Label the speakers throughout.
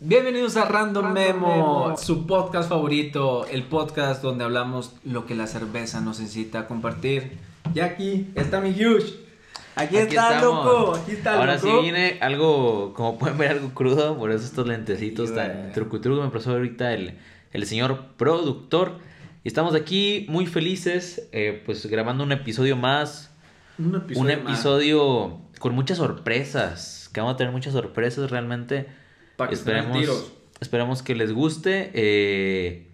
Speaker 1: Bienvenidos a Random, Memo, su podcast favorito, el podcast donde hablamos lo que la cerveza nos incita a compartir. Y aquí está mi Huge. Aquí,
Speaker 2: Aquí
Speaker 1: está,
Speaker 2: estamos.
Speaker 1: loco. Aquí está,
Speaker 2: Ahora
Speaker 1: loco.
Speaker 2: sí viene algo, como pueden ver, algo crudo, por eso estos lentecitos
Speaker 1: Sí,
Speaker 2: tan
Speaker 1: güey.
Speaker 2: trucutruco me pasó ahorita el, el señor productor. Y estamos aquí muy felices, eh, pues grabando un episodio más,
Speaker 1: un episodio.
Speaker 2: un
Speaker 1: más
Speaker 2: episodio con muchas sorpresas, que vamos a tener muchas sorpresas realmente.
Speaker 1: para que estén al
Speaker 2: Esperemos,
Speaker 1: tiro.
Speaker 2: esperemos que les guste. eh,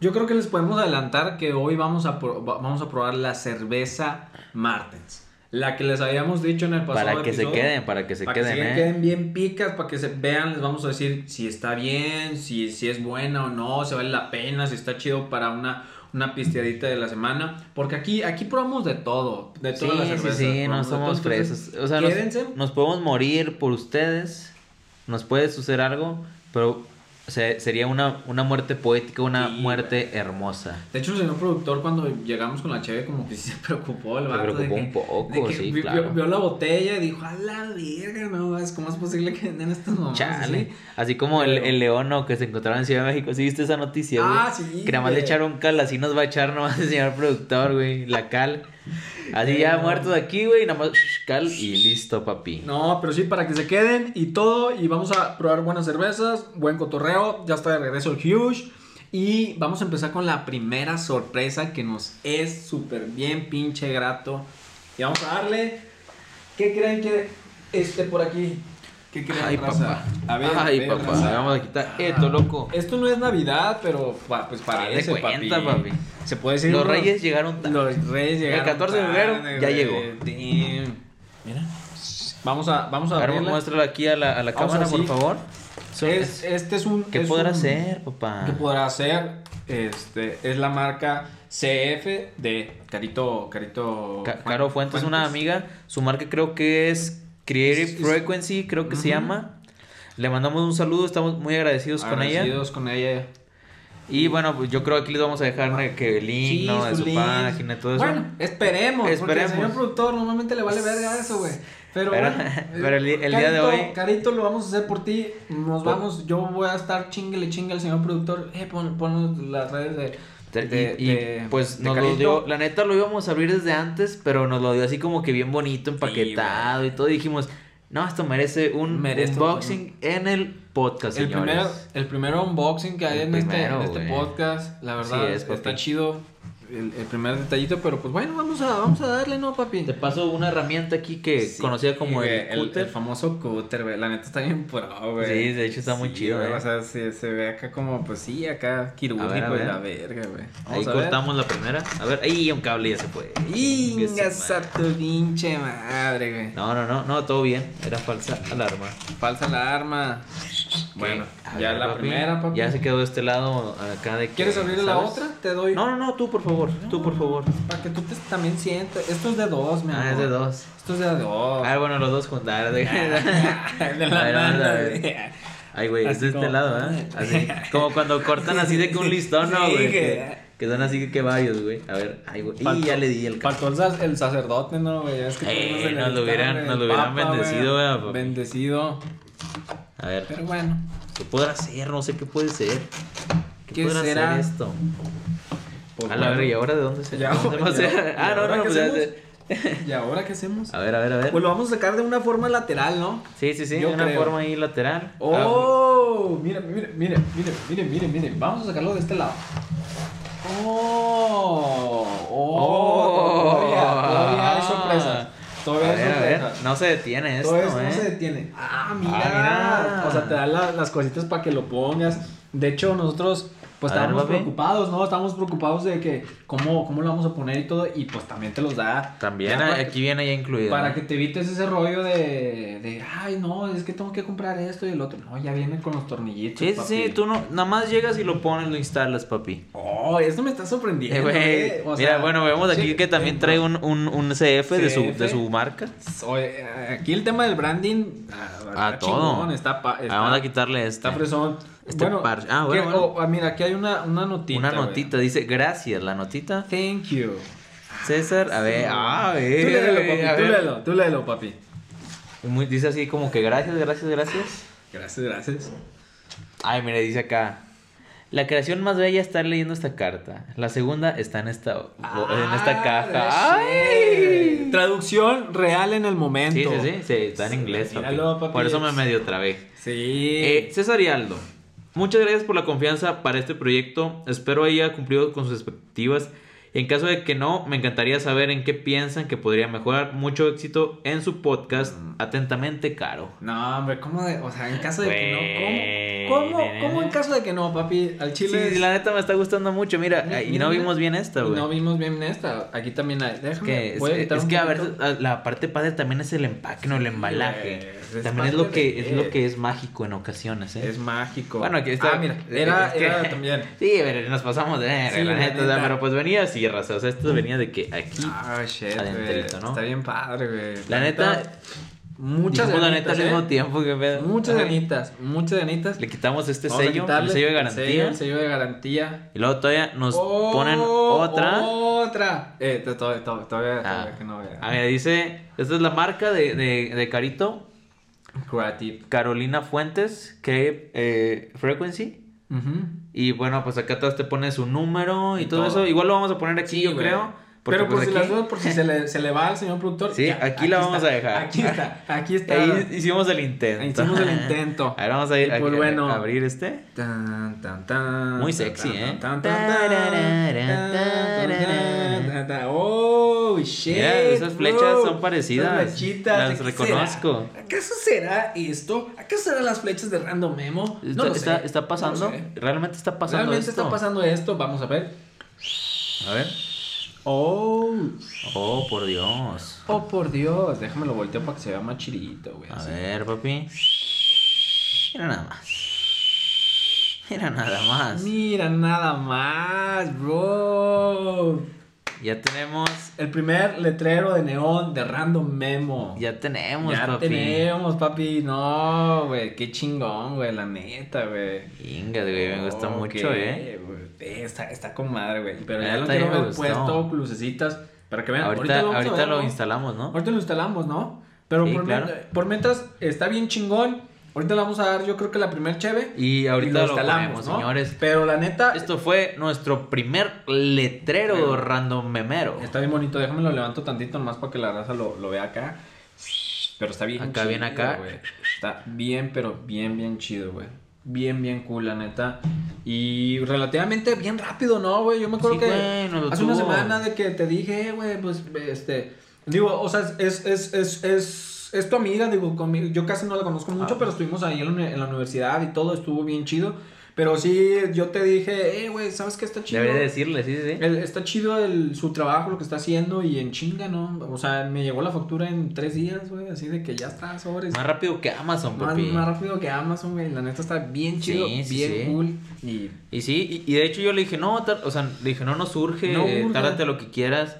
Speaker 1: Yo creo que les podemos adelantar que hoy vamos a, pro- va- vamos a probar la cerveza Martens. La que les habíamos dicho en el pasado
Speaker 2: para que
Speaker 1: episodio.
Speaker 2: se queden, para que se
Speaker 1: para
Speaker 2: queden,
Speaker 1: que se
Speaker 2: eh.
Speaker 1: queden bien picas, para que se vean, les vamos a decir si está bien, si, si es buena o no, si vale la pena, si está chido para una, una pisteadita de la semana. Porque aquí, aquí probamos de todo, de
Speaker 2: Sí,
Speaker 1: todas las
Speaker 2: sí,
Speaker 1: cervezas.
Speaker 2: sí, no
Speaker 1: probamos de
Speaker 2: somos
Speaker 1: todo, entonces,
Speaker 2: fresas. O sea, nos,
Speaker 1: quédense.
Speaker 2: nos podemos morir por ustedes, nos puede suceder algo, pero se- sería una, una muerte poética, una
Speaker 1: Sí,
Speaker 2: muerte hermosa.
Speaker 1: De hecho, el señor productor, cuando llegamos con la cheve, como que sí se preocupó el
Speaker 2: Me
Speaker 1: vato. de
Speaker 2: preocupó
Speaker 1: que-
Speaker 2: un poco,
Speaker 1: de que
Speaker 2: sí,
Speaker 1: vi- vio,
Speaker 2: claro.
Speaker 1: vio la botella y dijo, a la verga, no, es ¿cómo es posible que venden estas mamadas?
Speaker 2: Chale.
Speaker 1: así?"
Speaker 2: Así como el,
Speaker 1: Pero-
Speaker 2: el leono que se encontraba en Ciudad de México. ¿Sí viste esa noticia, güey?
Speaker 1: Ah, sí,
Speaker 2: Que nada más le
Speaker 1: güey.
Speaker 2: echaron cal, así nos va a echar nomás el señor productor, güey. La cal. Así ya
Speaker 1: Eh,
Speaker 2: muerto de aquí, güey. Nada más shh, cal y listo, papi.
Speaker 1: No, pero sí, para que se queden y todo. Y vamos a probar buenas cervezas, buen cotorreo. Ya está de regreso el Huge. Y vamos a empezar con la primera sorpresa que nos es súper bien pinche grato. Y vamos a darle. ¿Qué creen que esté por aquí? ¿Qué creen,
Speaker 2: Ay,
Speaker 1: raza?
Speaker 2: papá.
Speaker 1: A ver, a
Speaker 2: Ay,
Speaker 1: ver,
Speaker 2: papá.
Speaker 1: raza.
Speaker 2: Le vamos a quitar esto, loco.
Speaker 1: Esto no es Navidad, pero pa- pues parece,
Speaker 2: Dale cuenta,
Speaker 1: papi.
Speaker 2: papi.
Speaker 1: Se puede decir.
Speaker 2: Los
Speaker 1: uno-
Speaker 2: reyes llegaron tarde.
Speaker 1: Los reyes llegaron.
Speaker 2: 14 de febrero
Speaker 1: tarde,
Speaker 2: ya
Speaker 1: güey.
Speaker 2: llegó.
Speaker 1: Damn. Mira. Vamos a, vamos a
Speaker 2: Ahora
Speaker 1: abrirla.
Speaker 2: muéstralo aquí a la, a la
Speaker 1: Vamos
Speaker 2: cámara,
Speaker 1: así.
Speaker 2: por favor. Son-
Speaker 1: Es- este es un.
Speaker 2: ¿Qué
Speaker 1: es
Speaker 2: podrá
Speaker 1: un-
Speaker 2: ser, papá?
Speaker 1: ¿Qué podrá ser? Este, es la marca CF de Carito. Carito.
Speaker 2: Ca- Caro Fuentes, una amiga. Su marca creo que es Creative
Speaker 1: Es- es-
Speaker 2: Frequency, creo que se
Speaker 1: Ujú.
Speaker 2: llama. Le mandamos un saludo, estamos muy agradecidos, con ella.
Speaker 1: Agradecidos con ella.
Speaker 2: Y bueno, pues yo creo que aquí les vamos a dejar eh, que el link, ¿no? de
Speaker 1: sus
Speaker 2: su
Speaker 1: links.
Speaker 2: página, todo eso.
Speaker 1: Bueno, esperemos. Porque el
Speaker 2: Esperemos.
Speaker 1: señor productor normalmente le vale verga eso, güey. Pero,
Speaker 2: Pero-
Speaker 1: bueno,
Speaker 2: pero el- el día de
Speaker 1: Carito,
Speaker 2: hoy-
Speaker 1: Carito, lo vamos a hacer por ti. Nos
Speaker 2: Por-
Speaker 1: vamos. Yo voy a estar chinguele chingue al señor productor. Eh, pon, ponnos las redes de.
Speaker 2: Y-
Speaker 1: de-
Speaker 2: y,
Speaker 1: de-
Speaker 2: pues
Speaker 1: de
Speaker 2: nos lo
Speaker 1: Carito.
Speaker 2: dio, la neta lo íbamos a abrir desde antes, pero nos lo dio así como que bien bonito, empaquetado y todo. Y dijimos, no, esto merece un
Speaker 1: Merece un-
Speaker 2: unboxing en el podcast,
Speaker 1: El
Speaker 2: señores.
Speaker 1: primero, el primer unboxing que hay
Speaker 2: El
Speaker 1: en, este-
Speaker 2: primero,
Speaker 1: en este,
Speaker 2: güey.
Speaker 1: podcast, la verdad,
Speaker 2: Así es, papi.
Speaker 1: está chido el, el primer detallito, pero pues bueno, vamos a, vamos a darle, ¿no, papi?
Speaker 2: Te paso una herramienta aquí que
Speaker 1: Sí,
Speaker 2: conocida como
Speaker 1: güey,
Speaker 2: el, cúter.
Speaker 1: el famoso cúter, güey, la neta está bien pro, güey.
Speaker 2: Sí, de hecho está muy chido,
Speaker 1: güey,
Speaker 2: eh.
Speaker 1: O sea, se, se ve acá como, pues sí, acá
Speaker 2: A ver, a
Speaker 1: quirúrgico de
Speaker 2: ver.
Speaker 1: la verga, güey.
Speaker 2: Ahí
Speaker 1: Vamos a ver.
Speaker 2: cortamos la primera. A ver, ahí un cable ya se fue.
Speaker 1: Ingas
Speaker 2: Esa
Speaker 1: a tu pinche madre, güey.
Speaker 2: madre. No, no, no, no, todo bien. Era falsa alarma.
Speaker 1: Falsa la arma. Bueno,
Speaker 2: A
Speaker 1: ya
Speaker 2: ver,
Speaker 1: la
Speaker 2: papi,
Speaker 1: primera, papi.
Speaker 2: Ya se quedó de este lado acá de que,
Speaker 1: ¿Quieres abrir la
Speaker 2: ¿sabes?
Speaker 1: otra? Te doy.
Speaker 2: No, no, no, tú por favor, tú por favor.
Speaker 1: Para que tú te- también sientas. Esto es de dos, mi amor.
Speaker 2: Ah, es de dos.
Speaker 1: Esto es de dos.
Speaker 2: Ah, bueno, los dos juntaron.
Speaker 1: de
Speaker 2: A ver, vamos a
Speaker 1: mano,
Speaker 2: ver.
Speaker 1: güey.
Speaker 2: Ay, güey, es
Speaker 1: Así
Speaker 2: de este
Speaker 1: como-
Speaker 2: lado, ¿eh? Así, como cuando cortan así de que un listón, ¿no,
Speaker 1: Sí,
Speaker 2: güey?
Speaker 1: que-
Speaker 2: que, que son así que varios, güey. A ver, ay, güey. Y
Speaker 1: Faltó-
Speaker 2: ya le di el
Speaker 1: Faltó el, sac- el sacerdote, ¿no, güey? Es que
Speaker 2: Eh,
Speaker 1: todos
Speaker 2: nos lo hubieran-
Speaker 1: necesitan,
Speaker 2: nos lo
Speaker 1: güey.
Speaker 2: hubieran
Speaker 1: Papa,
Speaker 2: bendecido, güey, papi.
Speaker 1: Bendecido.
Speaker 2: A ver,
Speaker 1: Pero bueno,
Speaker 2: ¿qué podrá ser? No sé qué puede ser. ¿Qué,
Speaker 1: ¿Qué
Speaker 2: podrá
Speaker 1: será?
Speaker 2: ser esto?
Speaker 1: pues
Speaker 2: a la
Speaker 1: bueno.
Speaker 2: verga, ¿y ahora de dónde se,
Speaker 1: Ya,
Speaker 2: dónde
Speaker 1: güey,
Speaker 2: va a ser?
Speaker 1: ya.
Speaker 2: Ah,
Speaker 1: ¿Y
Speaker 2: no,
Speaker 1: ahora
Speaker 2: no,
Speaker 1: qué
Speaker 2: pues ya
Speaker 1: hacemos?
Speaker 2: sé.
Speaker 1: ¿Y ahora qué hacemos?
Speaker 2: A ver, a ver, a ver.
Speaker 1: Pues lo vamos a sacar de una forma lateral, ¿no?
Speaker 2: Sí, sí, sí,
Speaker 1: Yo
Speaker 2: de una
Speaker 1: creo.
Speaker 2: forma ahí lateral. Ah,
Speaker 1: ¡Oh! Mira, mira, mira, mira, mira, mira, mira. Vamos a sacarlo de este lado. ¡Oh! ¡Oh!
Speaker 2: Oh.
Speaker 1: Todavía, todavía hay sorpresas. Todavía
Speaker 2: Ah. a
Speaker 1: hay
Speaker 2: ver, a ver,
Speaker 1: sorpresas.
Speaker 2: no se detiene esto,
Speaker 1: Todo esto
Speaker 2: ¿eh?
Speaker 1: no se detiene. Ah, mira.
Speaker 2: Ah, mira.
Speaker 1: O sea, te da la- las cositas para que lo pongas. De hecho, nosotros pues
Speaker 2: A ver,
Speaker 1: estábamos
Speaker 2: papi.
Speaker 1: preocupados, ¿no? Estábamos preocupados de que cómo, cómo lo vamos a poner y todo. Y pues también te los da.
Speaker 2: También
Speaker 1: Ya
Speaker 2: ah,
Speaker 1: para,
Speaker 2: aquí viene ya incluido.
Speaker 1: para
Speaker 2: ¿no?
Speaker 1: que te evites ese rollo de, de, ay, no, es que tengo que comprar esto y el otro. No, ya viene con los tornillitos.
Speaker 2: Sí, sí, sí,
Speaker 1: papi.
Speaker 2: tú no, nada más llegas y lo pones, lo instalas, papi.
Speaker 1: Oh, esto me está sorprendiendo.
Speaker 2: Eh, güey,
Speaker 1: eh. O
Speaker 2: Mira,
Speaker 1: sea,
Speaker 2: bueno, vemos aquí
Speaker 1: sí,
Speaker 2: que también
Speaker 1: eh,
Speaker 2: trae un, un, un CF, De, su,
Speaker 1: CF.
Speaker 2: de su marca.
Speaker 1: oye, aquí el tema del branding. ah,
Speaker 2: Ah,
Speaker 1: está
Speaker 2: todo.
Speaker 1: chingón, está, pa- está-
Speaker 2: Ah, vamos a quitarle este.
Speaker 1: Está fresón.
Speaker 2: Este parche. Ah, bueno,
Speaker 1: que-
Speaker 2: bueno.
Speaker 1: oh, ah, mira, aquí hay una, una notita.
Speaker 2: Una
Speaker 1: güey.
Speaker 2: notita, dice, gracias, la notita.
Speaker 1: Thank you.
Speaker 2: César, a ver, ah, a ver.
Speaker 1: Tú léelo, papi.
Speaker 2: a
Speaker 1: Tú
Speaker 2: ver.
Speaker 1: léelo, tú léelo, papi.
Speaker 2: Muy- dice así como que gracias, gracias, gracias.
Speaker 1: Gracias, gracias.
Speaker 2: Ay, mira, dice acá. La creación más bella está leyendo esta carta. La segunda está en esta, o- en esta caja.
Speaker 1: Ah,
Speaker 2: ¡Ay!
Speaker 1: Traducción real en el momento.
Speaker 2: Sí, sí, sí, sí, está en
Speaker 1: Sí,
Speaker 2: inglés. papi.
Speaker 1: míralo, papi,
Speaker 2: Por eso me
Speaker 1: es-
Speaker 2: medio trabé.
Speaker 1: Sí.
Speaker 2: Eh, César Aldo, muchas gracias por la confianza para este proyecto. Espero haya cumplido con sus expectativas. En caso de que no, me encantaría saber en qué piensan que podría mejorar. Mucho éxito en su podcast. Atentamente, Caro.
Speaker 1: No, hombre, ¿cómo de, o sea, en caso de que no,
Speaker 2: Güey,
Speaker 1: ¿cómo, cómo, cómo en caso de que no, papi? Al
Speaker 2: Sí,
Speaker 1: chile. es-
Speaker 2: la neta me está gustando mucho. Mira, eh,
Speaker 1: Mira,
Speaker 2: y
Speaker 1: mira,
Speaker 2: no
Speaker 1: mira.
Speaker 2: vimos bien esta,
Speaker 1: y
Speaker 2: güey.
Speaker 1: no vimos bien esta. Aquí también hay. Déjame.
Speaker 2: que es,
Speaker 1: voy a
Speaker 2: que-
Speaker 1: quitar
Speaker 2: es
Speaker 1: un
Speaker 2: que a
Speaker 1: poquito.
Speaker 2: veces a- la parte padre también es el empaque, no el
Speaker 1: güey,
Speaker 2: embalaje.
Speaker 1: es
Speaker 2: también es
Speaker 1: parte
Speaker 2: lo que
Speaker 1: de-
Speaker 2: es lo que es mágico en ocasiones, ¿eh?
Speaker 1: Es mágico.
Speaker 2: Bueno, aquí está.
Speaker 1: Ah, mira, era,
Speaker 2: Es que-
Speaker 1: era también.
Speaker 2: Sí, pero nos pasamos de verga,
Speaker 1: Sí,
Speaker 2: la
Speaker 1: la
Speaker 2: neta, o sea,
Speaker 1: neta.
Speaker 2: pero pues venía así, raza, o sea, esto venía de que aquí.
Speaker 1: Ah, shit, güey.
Speaker 2: Adentrito, ¿no?
Speaker 1: Está bien padre, güey.
Speaker 2: la neta,
Speaker 1: muchas
Speaker 2: dijimos
Speaker 1: ganitas.
Speaker 2: la neta al
Speaker 1: ¿eh?
Speaker 2: mismo tiempo, que pedo.
Speaker 1: Muchas
Speaker 2: Ay,
Speaker 1: ganitas, muchas ganitas.
Speaker 2: Le quitamos este
Speaker 1: Vamos a
Speaker 2: sello, el
Speaker 1: quitarle
Speaker 2: sello de
Speaker 1: El sello,
Speaker 2: garantía.
Speaker 1: el sello de garantía.
Speaker 2: Y luego todavía nos
Speaker 1: Oh,
Speaker 2: ponen otra.
Speaker 1: Otra. Eh, to- to- to- todavía,
Speaker 2: Ah,
Speaker 1: todavía que no vea.
Speaker 2: ah, mira, dice, esta es la marca de, de, de Carito,
Speaker 1: Creative.
Speaker 2: Carolina Fuentes, que eh, Frequency.
Speaker 1: Ujú.
Speaker 2: Y bueno, pues acá atrás te pone su número y,
Speaker 1: Y
Speaker 2: todo,
Speaker 1: todo.
Speaker 2: eso. Igual lo vamos a poner aquí,
Speaker 1: Sí,
Speaker 2: yo
Speaker 1: güey.
Speaker 2: creo. porque,
Speaker 1: Pero por
Speaker 2: pues,
Speaker 1: si
Speaker 2: aquí-
Speaker 1: las dudas, por si se le, se le va al señor productor.
Speaker 2: Sí, aquí la vamos
Speaker 1: está,
Speaker 2: a dejar.
Speaker 1: Aquí está, aquí está.
Speaker 2: Ahí hicimos el intento.
Speaker 1: Hicimos el intento.
Speaker 2: Ahora vamos a ir
Speaker 1: Y pues
Speaker 2: a- a-
Speaker 1: bueno.
Speaker 2: a abrir este.
Speaker 1: Tan, tan, tan,
Speaker 2: Muy
Speaker 1: tan,
Speaker 2: sexy,
Speaker 1: tan,
Speaker 2: ¿eh?
Speaker 1: tan, tan, tan, tan, tan, tan, tan, tan. Oh, shit.
Speaker 2: Mira, esas
Speaker 1: bro.
Speaker 2: flechas son parecidas.
Speaker 1: Esas flechitas.
Speaker 2: Las
Speaker 1: ¿qué
Speaker 2: reconozco.
Speaker 1: será? ¿Acaso será esto? ¿Acaso serán las flechas de Random Memo?
Speaker 2: Está,
Speaker 1: No lo sé.
Speaker 2: está, está pasando.
Speaker 1: No lo sé.
Speaker 2: Realmente está pasando.
Speaker 1: Realmente
Speaker 2: esto?
Speaker 1: está pasando esto. Vamos a ver.
Speaker 2: A ver.
Speaker 1: Oh,
Speaker 2: Oh, por Dios.
Speaker 1: oh por Dios. Déjame lo volteo para que se vea más chidito, güey.
Speaker 2: A
Speaker 1: así.
Speaker 2: ver, papi. Mira nada más. Mira nada más.
Speaker 1: Mira, nada más, bro.
Speaker 2: Ya tenemos.
Speaker 1: El primer letrero de neón de Random Memo.
Speaker 2: Ya tenemos,
Speaker 1: Ya
Speaker 2: papi.
Speaker 1: tenemos, papi. No, güey. Qué chingón, güey. La neta, güey.
Speaker 2: Inga, güey, me gusta
Speaker 1: Ok,
Speaker 2: mucho, eh.
Speaker 1: güey, Está, está con madre, güey. Pero
Speaker 2: La
Speaker 1: ya lo
Speaker 2: neta, ya
Speaker 1: quiero
Speaker 2: me
Speaker 1: ver
Speaker 2: gustó.
Speaker 1: puesto, con lucecitas. Para que vean.
Speaker 2: ahorita ahorita,
Speaker 1: vamos a ver,
Speaker 2: lo
Speaker 1: ¿no?
Speaker 2: instalamos, ¿no?
Speaker 1: Ahorita lo instalamos, ¿no? Pero
Speaker 2: Sí,
Speaker 1: por,
Speaker 2: claro.
Speaker 1: mien- por mientras está bien chingón. Ahorita le vamos a dar, yo creo que la primer cheve.
Speaker 2: Y ahorita lo,
Speaker 1: instalamos,
Speaker 2: ponemos,
Speaker 1: ¿no?
Speaker 2: señores. Este
Speaker 1: Pero la neta,
Speaker 2: Esto fue nuestro primer letrero
Speaker 1: Pero-
Speaker 2: random memero.
Speaker 1: Está bien bonito, déjame lo levanto tantito nomás para que la raza lo, lo vea acá. Pero está bien
Speaker 2: Acá, bien acá.
Speaker 1: güey. Está bien, pero bien, bien chido, güey. Bien, bien cool, la neta. Y relativamente bien rápido, ¿no, güey? Yo me acuerdo que
Speaker 2: Sí, güey, nos lo
Speaker 1: hace una
Speaker 2: tuvo.
Speaker 1: semana de que te dije, eh, güey, pues, este... Digo, o sea, es, es, es, es, es tu amiga, digo, conmigo- yo casi no la conozco
Speaker 2: Ah.
Speaker 1: mucho, pero estuvimos ahí en la, uni- en la universidad y todo, estuvo bien chido. Pero sí, yo te dije, eh, güey, ¿sabes qué está chido?
Speaker 2: Debería decirle, sí, sí, sí.
Speaker 1: El- está chido el, su trabajo, lo que está haciendo y en chinga, ¿no? O sea, me llegó la factura en tres días, güey, así de que ya está sobres.
Speaker 2: Más rápido que Amazon,
Speaker 1: Más,
Speaker 2: papi.
Speaker 1: más rápido que Amazon, güey. La neta está bien chido,
Speaker 2: Sí, sí,
Speaker 1: bien
Speaker 2: sí.
Speaker 1: cool. Y
Speaker 2: Y sí, y, y de hecho yo le dije, no, tar- o sea, le dije, no, no surge,
Speaker 1: No
Speaker 2: eh,
Speaker 1: urge.
Speaker 2: tárdate lo que quieras.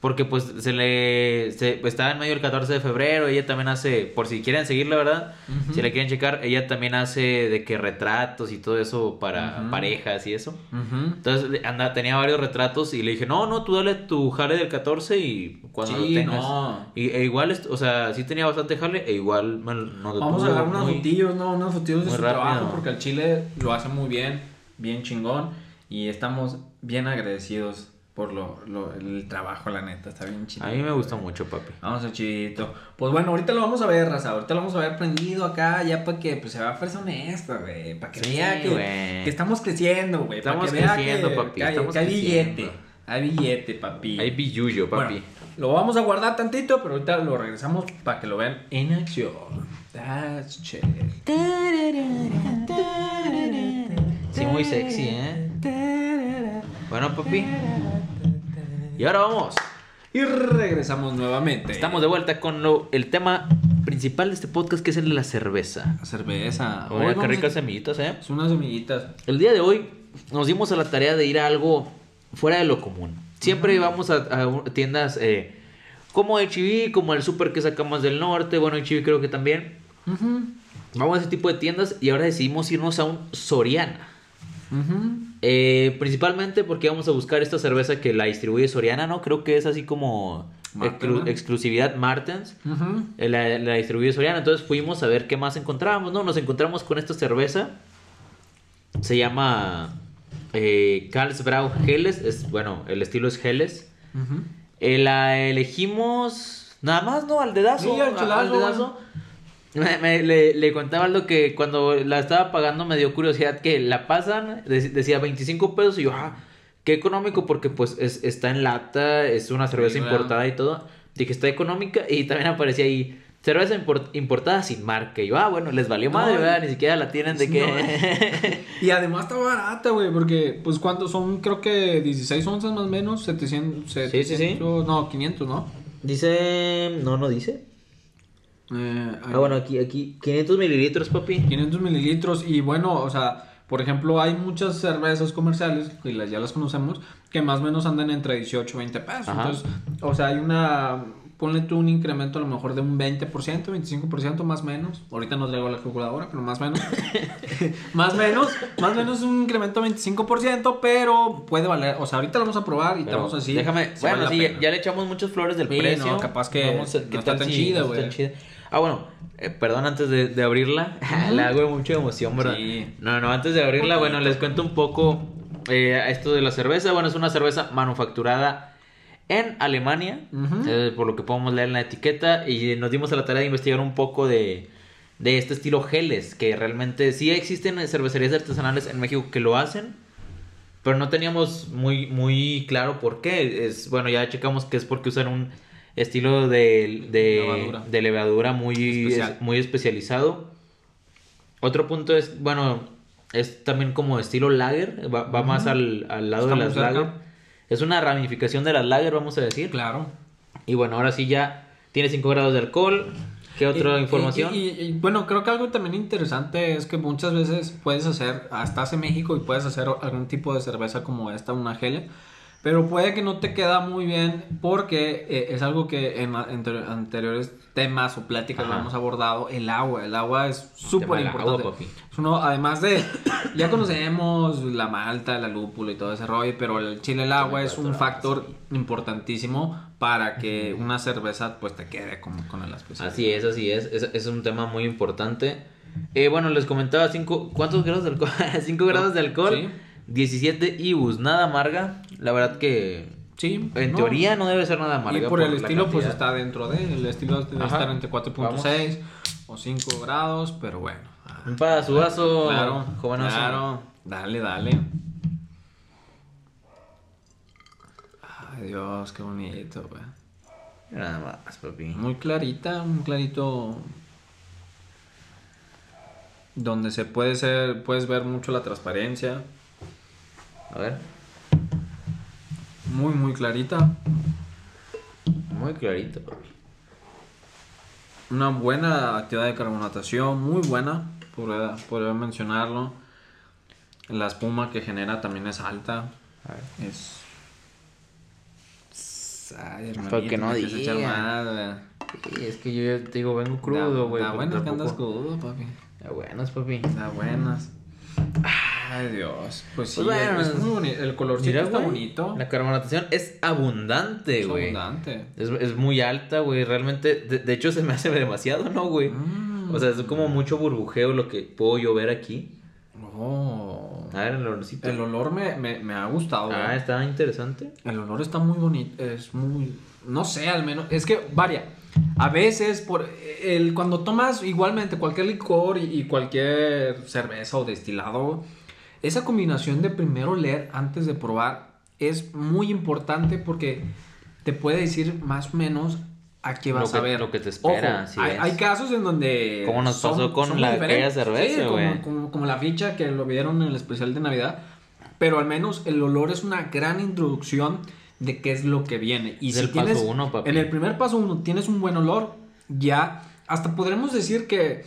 Speaker 2: Porque pues se le. Se, pues, estaba en medio el 14 de febrero, ella también hace. Por si quieren seguirla, ¿verdad?
Speaker 1: Ujú.
Speaker 2: Si la quieren checar, ella también hace de que retratos y todo eso para
Speaker 1: Ujú.
Speaker 2: parejas y eso.
Speaker 1: ujú.
Speaker 2: Entonces le- anda, tenía varios retratos y le dije, no, no, tú dale tu jale del 14 y cuando
Speaker 1: Sí,
Speaker 2: lo tengas.
Speaker 1: no.
Speaker 2: Y, e igual, est- o sea, sí tenía bastante jale e igual me, lo- nos lo
Speaker 1: Vamos a
Speaker 2: tuvo
Speaker 1: dar unos
Speaker 2: muy-
Speaker 1: fotillos, ¿no? Unos fotillos de
Speaker 2: muy
Speaker 1: su
Speaker 2: rápido.
Speaker 1: trabajo, porque el Chile lo hace muy bien, bien chingón. Y estamos bien agradecidos por lo, lo- el trabajo, la neta. Está bien chido.
Speaker 2: A mí me gustó mucho, papi.
Speaker 1: Vamos a chidito. Pues bueno, ahorita lo vamos a ver, raza. Ahorita lo vamos a ver prendido acá, ya para que pues, se vea persona honesta, güey. Para que
Speaker 2: Sí,
Speaker 1: vea que,
Speaker 2: güey.
Speaker 1: que estamos creciendo, güey. pa'
Speaker 2: Estamos
Speaker 1: que vea
Speaker 2: creciendo,
Speaker 1: que-
Speaker 2: papi,
Speaker 1: Que hay,
Speaker 2: estamos
Speaker 1: que hay
Speaker 2: creciendo.
Speaker 1: billete. Hay billete, papi.
Speaker 2: Ahí vi Yuyo, papi.
Speaker 1: Bueno, lo vamos a guardar tantito, pero ahorita lo regresamos para que lo vean en acción. That's shit.
Speaker 2: Sí, muy sexy, ¿eh? Bueno, papi. Y ahora vamos.
Speaker 1: Y regresamos nuevamente.
Speaker 2: Estamos de vuelta con lo- el tema principal de este podcast, que es el de la cerveza.
Speaker 1: La cerveza. Ah, Hoy
Speaker 2: Mira,
Speaker 1: vamos
Speaker 2: qué
Speaker 1: a-
Speaker 2: ricas semillitas, ¿eh?
Speaker 1: Son unas semillitas.
Speaker 2: El día de hoy nos dimos a la tarea de ir a algo fuera de lo común.
Speaker 1: Ah.
Speaker 2: Siempre vamos a, a un- tiendas eh, como HB, como el super que sacamos del norte, bueno, HB creo que también.
Speaker 1: Ujú,
Speaker 2: Vamos a ese tipo de tiendas y ahora decidimos irnos a un Soriana.
Speaker 1: ujú.
Speaker 2: Eh, principalmente porque vamos a buscar esta cerveza que la distribuye Soriana, ¿no? Creo que es así como
Speaker 1: Marten,
Speaker 2: exclu-
Speaker 1: ¿no?
Speaker 2: exclusividad Martens.
Speaker 1: Ujú.
Speaker 2: Eh, La, la distribuye Soriana, entonces fuimos a ver qué más encontrábamos, ¿no? Nos encontramos con esta cerveza Se llama eh, Karlsbrau Helles. Es, bueno, el estilo es Helles.
Speaker 1: Ujú.
Speaker 2: Eh, la elegimos nada más, ¿no? Al dedazo.
Speaker 1: Sí, al
Speaker 2: a-
Speaker 1: cholazo,
Speaker 2: dedazo. Me- me- le, le contaba algo que cuando la estaba pagando me dio curiosidad que la pasan, de- decía 25 pesos y yo, ah, qué económico porque pues es- está en lata, es una cerveza
Speaker 1: Sí, claro.
Speaker 2: importada y todo. Dije, está económica y también aparecía ahí. Cerveza import- importada sin marca. Y yo, ah, bueno, les valió
Speaker 1: No,
Speaker 2: madre,
Speaker 1: y-
Speaker 2: ¿verdad? Ni siquiera la tienen de
Speaker 1: No, eh.
Speaker 2: que...
Speaker 1: Y además está barata, güey, porque, pues, ¿cuántos son? Creo que 16 onzas más o menos, 700,
Speaker 2: sí, sí.
Speaker 1: 700, no, 500, ¿no?
Speaker 2: dice... No, no dice.
Speaker 1: Eh,
Speaker 2: Ah, bueno, aquí, aquí, 500 mililitros, papi.
Speaker 1: 500 mililitros y bueno, o sea, por ejemplo, hay muchas cervezas comerciales, que las, ya las conocemos, que más o menos andan entre 18 y 20 pesos.
Speaker 2: Ajá.
Speaker 1: Entonces, o sea, hay una, ponle tú un incremento a lo mejor de un 20%, 25% más o menos. Ahorita no traigo la calculadora, pero más o menos. más o menos, más o menos un incremento de 25%, pero puede valer, o sea, ahorita lo vamos a probar y te
Speaker 2: Pero
Speaker 1: vamos a decir.
Speaker 2: Déjame,
Speaker 1: si
Speaker 2: bueno,
Speaker 1: vale la
Speaker 2: sí, ya,
Speaker 1: pena.
Speaker 2: ya le echamos muchas flores del
Speaker 1: Sí,
Speaker 2: precio.
Speaker 1: no, capaz que
Speaker 2: Vamos a-
Speaker 1: no
Speaker 2: ¿qué
Speaker 1: está
Speaker 2: tal
Speaker 1: tan
Speaker 2: si
Speaker 1: chida,
Speaker 2: no está
Speaker 1: güey.
Speaker 2: tan chida? Ah, bueno, eh, perdón, antes de, de abrirla, la hago de mucha emoción, ¿verdad?
Speaker 1: Sí.
Speaker 2: No, no, antes de abrirla, bueno, les cuento un poco eh, esto de la cerveza. Bueno, es una cerveza manufacturada en Alemania,
Speaker 1: Ujú.
Speaker 2: eh, por lo que podemos leer en la etiqueta, y nos dimos a la tarea de investigar un poco de, de este estilo geles, que realmente sí existen cervecerías artesanales en México que lo hacen. Pero no teníamos muy, muy claro por qué. Es, bueno, ya checamos que es porque usan un estilo de, de,
Speaker 1: Levadura.
Speaker 2: de levadura muy,
Speaker 1: Especial.
Speaker 2: es- muy especializado. Otro punto es, bueno, es también como estilo lager. Va, va más al, al lado
Speaker 1: Está
Speaker 2: de
Speaker 1: muy
Speaker 2: las
Speaker 1: cerca.
Speaker 2: lager. Es una ramificación de las lager, vamos a decir.
Speaker 1: Claro.
Speaker 2: Y bueno, ahora sí ya tiene 5 grados de alcohol. ¿Qué otra
Speaker 1: Y-
Speaker 2: información?
Speaker 1: Y, y- y, bueno, creo que algo también interesante es que muchas veces puedes hacer, hasta hace México y puedes hacer algún tipo de cerveza como esta, una gele, pero puede que no te queda muy bien porque eh, es algo que en, a- anter- anteriores temas o pláticas lo
Speaker 2: Ajá.
Speaker 1: hemos abordado, el agua, el agua es
Speaker 2: Tema
Speaker 1: súper
Speaker 2: del agua,
Speaker 1: importante.
Speaker 2: papi.
Speaker 1: Es uno, además de, ya conocemos la malta, la lúpula y todo ese rollo, pero el chile, el agua es un factor importantísimo para que una cerveza pues te quede como con el aspecto.
Speaker 2: Así es, así es. Es, es un tema muy importante. Eh, bueno, les comentaba cinco, ¿cuántos grados de alcohol? 5 grados de alcohol,
Speaker 1: Sí.
Speaker 2: 17 IBUs, nada amarga. La verdad que
Speaker 1: Sí,
Speaker 2: en
Speaker 1: no.
Speaker 2: teoría no debe ser nada amarga.
Speaker 1: Y por, el
Speaker 2: la
Speaker 1: estilo, pues
Speaker 2: cantidad.
Speaker 1: está dentro de. El estilo debe
Speaker 2: Ajá.
Speaker 1: estar entre 4.6 o 5 grados, pero bueno. Ah,
Speaker 2: Un pasuazo,
Speaker 1: Claro,
Speaker 2: jovenazo.
Speaker 1: claro. Dale, dale. Ay, Dios, qué bonito, güey.
Speaker 2: Nada más, papi.
Speaker 1: Muy clarita, un clarito. Donde se puede ser, puedes ver mucho la transparencia.
Speaker 2: A ver,
Speaker 1: Muy, muy clarita.
Speaker 2: muy clarito, papi.
Speaker 1: Una buena actividad de carbonatación, muy buena, podría, podría mencionarlo. La espuma que genera también es alta.
Speaker 2: A ver.
Speaker 1: Es. Ay,
Speaker 2: Para que no
Speaker 1: tienes echar
Speaker 2: digan.
Speaker 1: más, güey.
Speaker 2: Sí, es que yo ya te digo, vengo
Speaker 1: Da-
Speaker 2: crudo, güey.
Speaker 1: Da
Speaker 2: pero
Speaker 1: buenas que andas
Speaker 2: tampoco-
Speaker 1: crudo, papi.
Speaker 2: Da buenas, papi.
Speaker 1: Da buenas. Ay, Dios. Pues sí,
Speaker 2: Pues bueno,
Speaker 1: es muy bonito. El colorcito
Speaker 2: Mira,
Speaker 1: está
Speaker 2: güey,
Speaker 1: bonito.
Speaker 2: La carbonatación es abundante,
Speaker 1: es
Speaker 2: güey.
Speaker 1: abundante.
Speaker 2: Es, es muy alta, güey. Realmente, de, de hecho, se me hace demasiado, ¿no, güey?
Speaker 1: Mm.
Speaker 2: O sea, es como mucho burbujeo lo que puedo yo ver aquí.
Speaker 1: Oh.
Speaker 2: A ver, el olorcito.
Speaker 1: El olor me, me, me ha gustado.
Speaker 2: Ah,
Speaker 1: güey.
Speaker 2: está interesante.
Speaker 1: El olor está muy bonito, es muy... No sé, al menos... Es que varia. A veces, por el, cuando tomas igualmente cualquier licor y, y cualquier cerveza o destilado, esa combinación de primero leer antes de probar es muy importante porque te puede decir más o menos a qué vas
Speaker 2: Lo que-
Speaker 1: a ver.
Speaker 2: lo que te espera,
Speaker 1: Ojo,
Speaker 2: así
Speaker 1: hay,
Speaker 2: es.
Speaker 1: hay casos en donde...
Speaker 2: Como nos
Speaker 1: son-
Speaker 2: pasó con
Speaker 1: son
Speaker 2: la-
Speaker 1: muy diferentes.
Speaker 2: aquella cerveza,
Speaker 1: Sí, como-
Speaker 2: güey.
Speaker 1: como- como la ficha que lo vieron en el especial de Navidad. Pero al menos el olor es una gran introducción de qué es lo que viene. Y
Speaker 2: Es
Speaker 1: si
Speaker 2: el paso
Speaker 1: tienes-
Speaker 2: uno, papi.
Speaker 1: En el primer paso uno tienes un buen olor, ya hasta podremos decir que,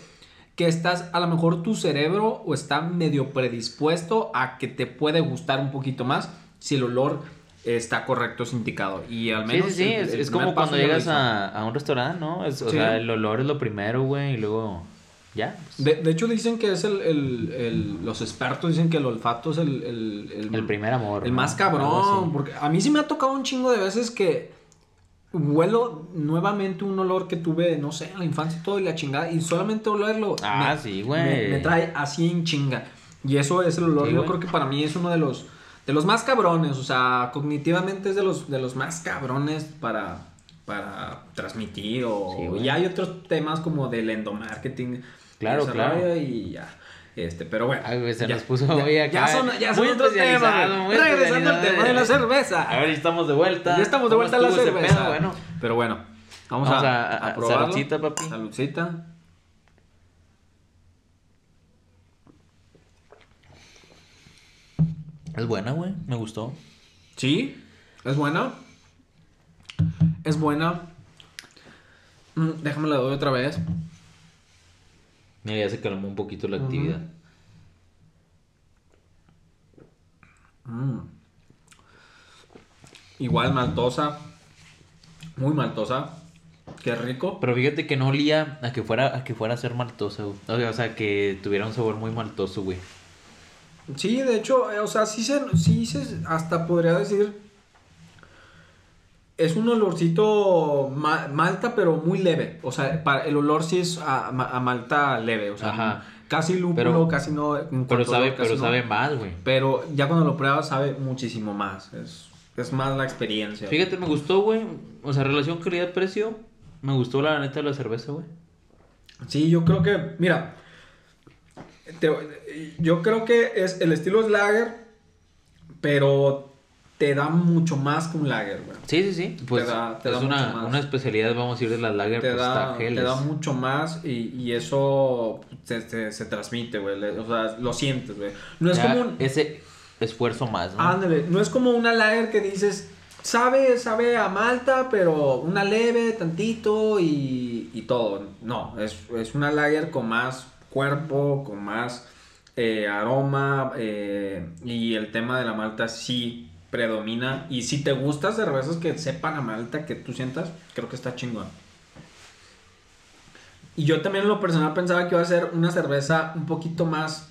Speaker 1: que estás, a lo mejor tu cerebro o está medio predispuesto a que te puede gustar un poquito más si el olor está correcto, es indicado. Y al
Speaker 2: Sí,
Speaker 1: menos...
Speaker 2: sí, sí.
Speaker 1: el-
Speaker 2: es,
Speaker 1: el
Speaker 2: es
Speaker 1: primer
Speaker 2: como
Speaker 1: paso
Speaker 2: cuando
Speaker 1: ya lo
Speaker 2: llegas
Speaker 1: hizo.
Speaker 2: a, a un restaurante, ¿no? Es- o
Speaker 1: Sí.
Speaker 2: sea, el olor es lo primero, güey. Y luego, ya. pues,
Speaker 1: De, de hecho dicen que es el, el- el- Los expertos dicen que el olfato es el... El, el-
Speaker 2: el primer amor.
Speaker 1: El
Speaker 2: ¿no?
Speaker 1: más
Speaker 2: Algo
Speaker 1: cabrón,
Speaker 2: así.
Speaker 1: porque a mí sí me ha tocado un chingo de veces que huelo nuevamente un olor que tuve, no sé, en la infancia y todo y la chingada, y solamente olerlo.
Speaker 2: Ah, sí, güey.
Speaker 1: Me, me trae así en chinga. Y eso es el olor,
Speaker 2: Sí,
Speaker 1: yo
Speaker 2: güey.
Speaker 1: creo que para mí es uno de los, de los más cabrones, o sea, cognitivamente es de los, de los más cabrones para, para transmitir o...
Speaker 2: Sí, güey.
Speaker 1: y hay otros temas como del endomarketing.
Speaker 2: Claro,
Speaker 1: esa
Speaker 2: claro.
Speaker 1: rollo Y ya, este, pero bueno.
Speaker 2: Ay, güey, se
Speaker 1: ya,
Speaker 2: nos puso
Speaker 1: ya,
Speaker 2: muy acá,
Speaker 1: Ya son, ya son
Speaker 2: muy
Speaker 1: otros temas.
Speaker 2: especializado,
Speaker 1: güey.
Speaker 2: muy
Speaker 1: Regresando al
Speaker 2: especializado.
Speaker 1: tema de la cerveza.
Speaker 2: A ver, ya estamos de vuelta.
Speaker 1: Ya estamos de
Speaker 2: ¿Cómo
Speaker 1: vuelta a la
Speaker 2: estuvo ese
Speaker 1: cerveza.
Speaker 2: pedo? Bueno,
Speaker 1: Pero bueno, vamos,
Speaker 2: Vamos
Speaker 1: a,
Speaker 2: a- a-
Speaker 1: probarlo.
Speaker 2: saludcita, papi.
Speaker 1: Saludcita.
Speaker 2: es buena, güey. Me gustó.
Speaker 1: Sí, es buena. Es buena. Mm, déjame la doy otra vez.
Speaker 2: Mira, ya se calmó un poquito la
Speaker 1: Ujú.
Speaker 2: actividad.
Speaker 1: Mm. Igual maltosa. Muy maltosa. Qué rico.
Speaker 2: Pero fíjate que no olía a que fuera a que fuera a ser maltosa, güey. O sea, o sea, que tuviera un sabor muy maltoso, güey.
Speaker 1: Sí, de hecho, eh, o sea, sí se, sí se, hasta podría decir, es un olorcito ma- malta, pero muy leve. O sea, pa- el olor sí es a, a ma- a malta leve, o sea,
Speaker 2: Ajá.
Speaker 1: casi lúpulo,
Speaker 2: Pero-
Speaker 1: casi no. en
Speaker 2: Pero
Speaker 1: cuanto a
Speaker 2: sabe,
Speaker 1: olor, casi
Speaker 2: pero
Speaker 1: no.
Speaker 2: sabe mal, güey.
Speaker 1: Pero ya cuando lo pruebas sabe muchísimo más. Es, es más la experiencia.
Speaker 2: Fíjate, me gustó, güey. O sea, relación calidad-precio. Me gustó la neta de la cerveza, güey.
Speaker 1: Sí, yo creo que, mira, te- yo creo que es el estilo es lager, pero te da mucho más que un lager, güey.
Speaker 2: Sí, sí, sí. Pues
Speaker 1: da- te
Speaker 2: es
Speaker 1: da mucho
Speaker 2: una,
Speaker 1: más.
Speaker 2: una especialidad, vamos a ir de las lager
Speaker 1: te
Speaker 2: pues,
Speaker 1: da,
Speaker 2: tajeles.
Speaker 1: te da mucho más y, y eso se, se- se transmite, güey. Le- O sea, lo sientes, güey. No es
Speaker 2: Ya
Speaker 1: como un, Ah.
Speaker 2: ese esfuerzo más, ¿no?
Speaker 1: ándale, no es como una lager que dices, sabe, sabe a malta, pero una leve, tantito y, y todo. No, es, es una lager con más cuerpo, con más eh, aroma eh, y el tema de la malta sí predomina y si te gustas cervezas que sepan a malta que tú sientas creo que está chingón y yo también en lo personal pensaba que iba a ser una cerveza un poquito más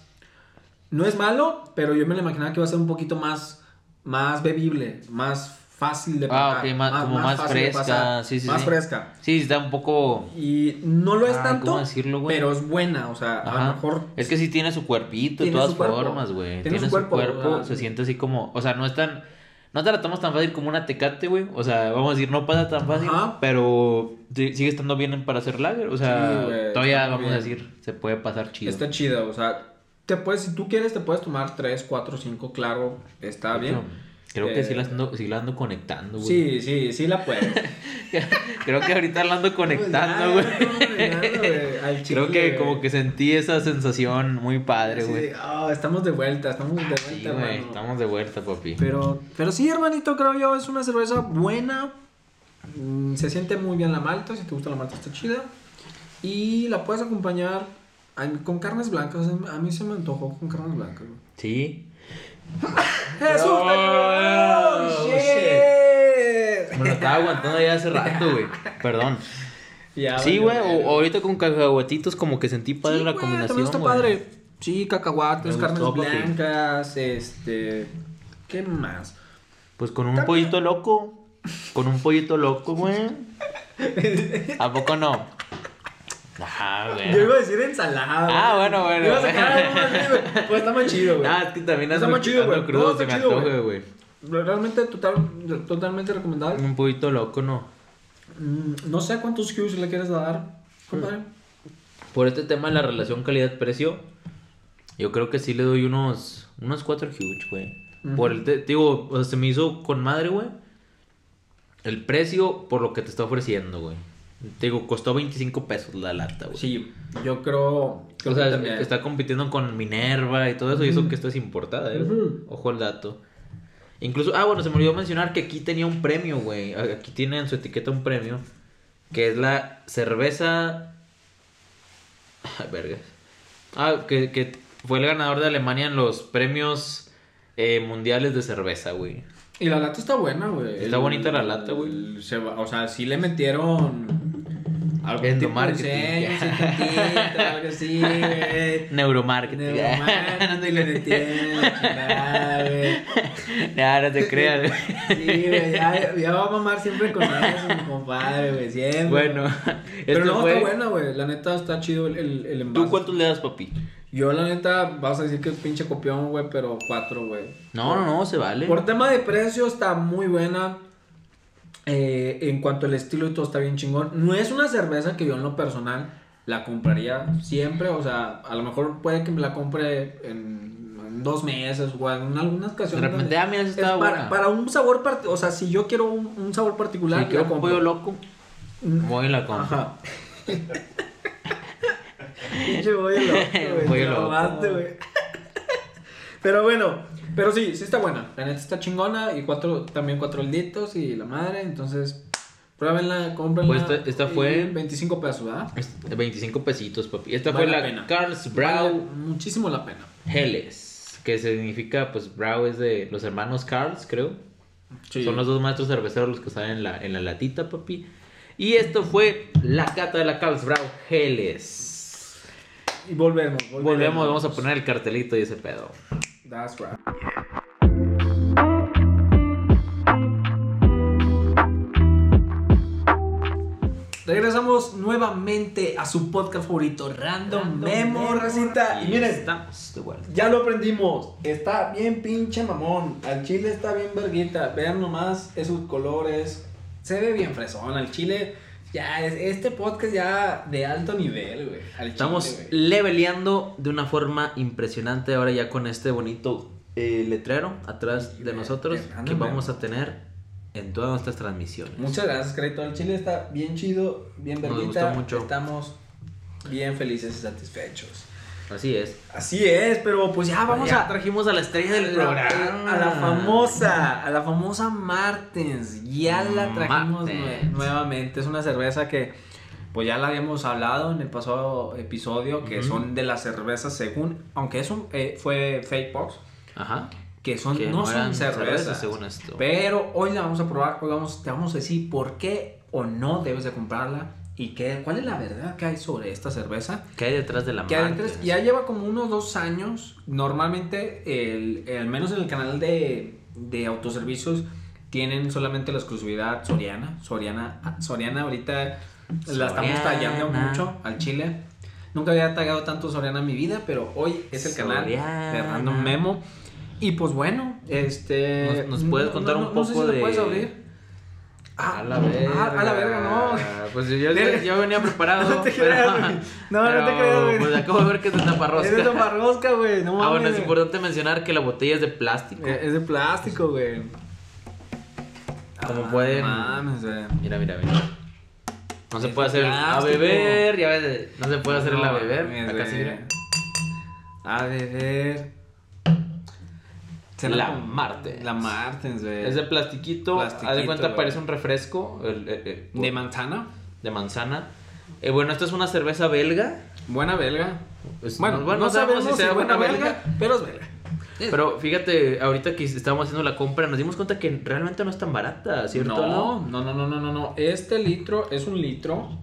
Speaker 1: no es malo, pero yo me lo imaginaba que iba a ser un poquito más, más bebible, más fácil de
Speaker 2: Ah,
Speaker 1: pasar.
Speaker 2: ok, más- como más
Speaker 1: fácil de
Speaker 2: fresca,
Speaker 1: pasar,
Speaker 2: sí, sí,
Speaker 1: Más
Speaker 2: sí.
Speaker 1: fresca.
Speaker 2: Sí, está un poco.
Speaker 1: Y no lo es
Speaker 2: Ah,
Speaker 1: tanto,
Speaker 2: ¿cómo decirlo, güey?
Speaker 1: pero es buena, o sea, a
Speaker 2: Ajá.
Speaker 1: lo mejor...
Speaker 2: Es que sí tiene su cuerpito de
Speaker 1: Tiene
Speaker 2: todas
Speaker 1: su cuerpo.
Speaker 2: formas, güey.
Speaker 1: Tiene su cuerpo, ¿verdad?
Speaker 2: se siente así como, o sea, no es tan no te la tomas tan fácil como una Tecate, güey. O sea, vamos a decir, no pasa tan fácil,
Speaker 1: Ajá.
Speaker 2: pero sí- sigue estando bien para hacer lager, o sea,
Speaker 1: Sí, güey,
Speaker 2: todavía
Speaker 1: está muy
Speaker 2: vamos a
Speaker 1: bien.
Speaker 2: decir, se puede pasar chido.
Speaker 1: Está chida, o sea, te puedes, si tú quieres te puedes tomar 3, 4, 5, claro, está
Speaker 2: Creo-
Speaker 1: bien.
Speaker 2: Creo que
Speaker 1: Eh,
Speaker 2: sí la ando, sí la ando conectando, güey.
Speaker 1: Sí, sí, sí la puedes.
Speaker 2: Creo que ahorita la ando conectando,
Speaker 1: Pues
Speaker 2: güey.
Speaker 1: ya, ya, güey, al
Speaker 2: Creo
Speaker 1: chile,
Speaker 2: que
Speaker 1: güey.
Speaker 2: como que sentí esa sensación muy padre,
Speaker 1: Así
Speaker 2: güey. Ah,
Speaker 1: de, "Ah, estamos de vuelta, estamos de vuelta,
Speaker 2: Sí, güey,
Speaker 1: hermano".
Speaker 2: estamos de vuelta, papi.
Speaker 1: Pero, pero sí, hermanito, creo yo, es una cerveza buena. Mm, Se siente muy bien la malta, si te gusta la malta está chida. Y la puedes acompañar a- con carnes blancas. A mí se me antojó con carnes blancas. güey.
Speaker 2: Sí.
Speaker 1: ¡Jesús!
Speaker 2: Oh,
Speaker 1: te ayudó!
Speaker 2: shit.
Speaker 1: ¡Shit!
Speaker 2: Me lo estaba aguantando ya hace rato, güey. Perdón.
Speaker 1: Ya,
Speaker 2: Sí, güey,
Speaker 1: valió,
Speaker 2: o,
Speaker 1: verga.
Speaker 2: o ahorita con cacahuatitos como que sentí padre
Speaker 1: Sí,
Speaker 2: la
Speaker 1: güey,
Speaker 2: combinación,
Speaker 1: También está
Speaker 2: güey.
Speaker 1: padre. Sí, cacahuates,
Speaker 2: Me
Speaker 1: carnes
Speaker 2: gustó, papi.
Speaker 1: blancas, este... ¿Qué más?
Speaker 2: Pues con un
Speaker 1: También.
Speaker 2: pollito loco. Con un pollito loco, güey. ¿A poco no? Ah, güey.
Speaker 1: Yo iba a decir ensalada.
Speaker 2: Ah,
Speaker 1: güey.
Speaker 2: bueno, bueno.
Speaker 1: Iba a sacar algo más así, güey. Pues está más chido, güey.
Speaker 2: Ah, es que también
Speaker 1: Está
Speaker 2: ando,
Speaker 1: más chido,
Speaker 2: ando
Speaker 1: güey.
Speaker 2: crudo,
Speaker 1: No,
Speaker 2: se me
Speaker 1: está chido,
Speaker 2: antoja, güey.
Speaker 1: Realmente total, totalmente recomendable.
Speaker 2: Un pollito loco, no.
Speaker 1: Mm, No sé cuántos cues le quieres dar, compadre.
Speaker 2: Por este tema de la relación calidad-precio, yo creo que sí le doy unos unos 4 huge, güey. Por el te- te digo, o sea, se me hizo con madre, güey. El precio por lo que te está ofreciendo, güey. Te digo, costó 25 pesos la lata, güey.
Speaker 1: Sí, yo creo, creo
Speaker 2: o sea,
Speaker 1: que también.
Speaker 2: está compitiendo con Minerva y todo eso, y eso que esto es importada, ¿eh?
Speaker 1: Ujú.
Speaker 2: Ojo al dato. Incluso, ah, bueno, se me olvidó mencionar que aquí tenía un premio, güey. A- Aquí tiene en su etiqueta un premio, que es la cerveza... Ay, vergas. Ah, que, que fue el ganador de Alemania en los premios eh, mundiales de cerveza, güey.
Speaker 1: Y la lata está buena, güey.
Speaker 2: Está
Speaker 1: El-
Speaker 2: bonita la lata, güey.
Speaker 1: el- se va- O sea, sí le metieron... Algo
Speaker 2: Endomarketing.
Speaker 1: algo así, güey.
Speaker 2: Neuromarketing.
Speaker 1: Neuromarketing, le metieron la chingada, güey.
Speaker 2: Ya, no te creas, güey.
Speaker 1: Sí, güey, ya, ya va a mamar siempre con eso, mi compadre, güey, siempre.
Speaker 2: Bueno,
Speaker 1: Pero
Speaker 2: esto
Speaker 1: no,
Speaker 2: fue-
Speaker 1: está buena, güey. La neta está chido el, el, el envase.
Speaker 2: ¿Tú cuántos le das, papi?
Speaker 1: Yo, la neta, vas a decir que es pinche copión, güey, pero cuatro, güey.
Speaker 2: No, no, no, se vale.
Speaker 1: Por tema de precio, está muy buena. Eh, en cuanto al estilo y todo, está bien chingón. No es una cerveza que yo, en lo personal, la compraría siempre. O sea, a lo mejor puede que me la compre en, en dos meses o en algunas
Speaker 2: De
Speaker 1: ocasiones.
Speaker 2: repente, ah, mira, eso
Speaker 1: Es
Speaker 2: estaba
Speaker 1: para,
Speaker 2: buena.
Speaker 1: para un sabor particular, o sea, si yo quiero un, un sabor particular,
Speaker 2: si quiero
Speaker 1: la
Speaker 2: un
Speaker 1: compro. Mm.
Speaker 2: pollo loco, voy y la compro.
Speaker 1: Ajá. Pinche pollo loco, güey,
Speaker 2: Pollo
Speaker 1: te la
Speaker 2: loco.
Speaker 1: mamaste, güey. Pero bueno, pero sí, sí está buena. La neta está chingona y cuatro, también cuatro alditos y la madre, entonces pruébenla, cómprenla.
Speaker 2: Pues esta- esta fue-
Speaker 1: Y 25 pesos, ¿verdad?
Speaker 2: Es- 25 pesitos, papi. Esta
Speaker 1: Vale
Speaker 2: fue
Speaker 1: la
Speaker 2: la
Speaker 1: pena.
Speaker 2: Carlsbrau
Speaker 1: Vale muchísimo la pena.
Speaker 2: Helles, que significa, pues, Brau es de los hermanos Carls, creo.
Speaker 1: Sí.
Speaker 2: Son los dos maestros cerveceros los que están en la, en la latita, papi. Y esto fue la cata de la Carlsbrau Helles.
Speaker 1: Y volvemos, volvemos.
Speaker 2: Volvemos, vamos a poner el cartelito y ese pedo.
Speaker 1: That's right. Regresamos nuevamente a su podcast favorito, Random, Memo, racita. Y Ah, miren,
Speaker 2: estamos de vuelta.
Speaker 1: ya lo aprendimos. Está bien pinche mamón. Al chile está bien verguita. Vean nomás esos colores. Se ve bien fresón. Al chile, ya, es, este podcast ya de alto nivel, güey. Al chile,
Speaker 2: Estamos
Speaker 1: güey.
Speaker 2: leveleando de una forma impresionante ahora ya con este bonito eh, letrero atrás
Speaker 1: Sí,
Speaker 2: de
Speaker 1: güey,
Speaker 2: nosotros
Speaker 1: de
Speaker 2: que
Speaker 1: random,
Speaker 2: vamos a tener en todas nuestras transmisiones.
Speaker 1: Muchas gracias, Crédito. El chile está bien chido, bien
Speaker 2: Nos
Speaker 1: verguita.
Speaker 2: gustó mucho.
Speaker 1: Estamos bien felices y satisfechos.
Speaker 2: Así es.
Speaker 1: Así es, pero pues ya vamos
Speaker 2: Ya
Speaker 1: a
Speaker 2: trajimos a la estrella del
Speaker 1: la-
Speaker 2: programa.
Speaker 1: A la famosa, a la famosa Martens. Ya la trajimos nue-
Speaker 2: Mm, Martens.
Speaker 1: nuevamente. Es una cerveza que pues ya la habíamos hablado en el pasado episodio, que
Speaker 2: Ujú.
Speaker 1: son de las cervezas según, aunque eso eh, fue Fake Box,
Speaker 2: Ajá.
Speaker 1: que son
Speaker 2: Que
Speaker 1: no, son
Speaker 2: eran
Speaker 1: cervezas,
Speaker 2: según esto.
Speaker 1: pero hoy la vamos a probar, hoy vamos, te vamos a decir por qué o no debes de comprarla y qué, cuál es la verdad que hay sobre esta cerveza.
Speaker 2: ¿Qué hay detrás de la
Speaker 1: Que
Speaker 2: Martens?
Speaker 1: adentro es- ya lleva como unos dos años, normalmente, el, al menos en el canal de, de autoservicios, tienen solamente la exclusividad Soriana. Soriana, ah, Soriana ahorita la estamos
Speaker 2: Soriana.
Speaker 1: tallando mucho al chile. Nunca había tagado tanto Soriana en mi vida, pero hoy es el canal de
Speaker 2: Soriana.
Speaker 1: Random Memo. Y pues bueno, este...
Speaker 2: ¿Nos- nos puedes contar un
Speaker 1: sé
Speaker 2: poco
Speaker 1: si lo
Speaker 2: de-
Speaker 1: puedes abrir. Ah,
Speaker 2: A la verga.
Speaker 1: ah, a la verga, no.
Speaker 2: Pues yo, yo-
Speaker 1: Verga.
Speaker 2: yo venía preparado.
Speaker 1: No te
Speaker 2: pero-
Speaker 1: creas, güey. No, no te
Speaker 2: pero,
Speaker 1: creas, güey.
Speaker 2: Pues acabo de ver que es de taparrosca.
Speaker 1: Es de taparrosca, güey. No
Speaker 2: Ah, bueno,
Speaker 1: mames.
Speaker 2: es importante mencionar que la botella es de plástico.
Speaker 1: Eh, Es de plástico, güey.
Speaker 2: Como
Speaker 1: Ah,
Speaker 2: pueden-
Speaker 1: Mames, güey.
Speaker 2: Mira, mira, mira. No se
Speaker 1: Es
Speaker 2: puede hacer el a
Speaker 1: plástico.
Speaker 2: beber, ya ves, no se puede hacer el
Speaker 1: No
Speaker 2: a beber.
Speaker 1: mames,
Speaker 2: Acá sí,
Speaker 1: güey.
Speaker 2: mira.
Speaker 1: A beber.
Speaker 2: La
Speaker 1: como-
Speaker 2: Martens.
Speaker 1: La Martens, güey.
Speaker 2: Es de plastiquito, haz de
Speaker 1: Plastiquito,
Speaker 2: cuenta
Speaker 1: güey.
Speaker 2: parece un refresco el- el- el-
Speaker 1: de manzana.
Speaker 2: de manzana. Eh, bueno, esta es una cerveza belga.
Speaker 1: Buena belga.
Speaker 2: Pues,
Speaker 1: bueno,
Speaker 2: no-
Speaker 1: no,
Speaker 2: bueno, no
Speaker 1: sabemos si sea buena belga,
Speaker 2: belga.
Speaker 1: pero es belga.
Speaker 2: Pero fíjate, ahorita que estábamos haciendo la compra, nos dimos cuenta que realmente no es tan barata, ¿cierto?
Speaker 1: No, no, no, no, no, no, no. Este litro es un litro.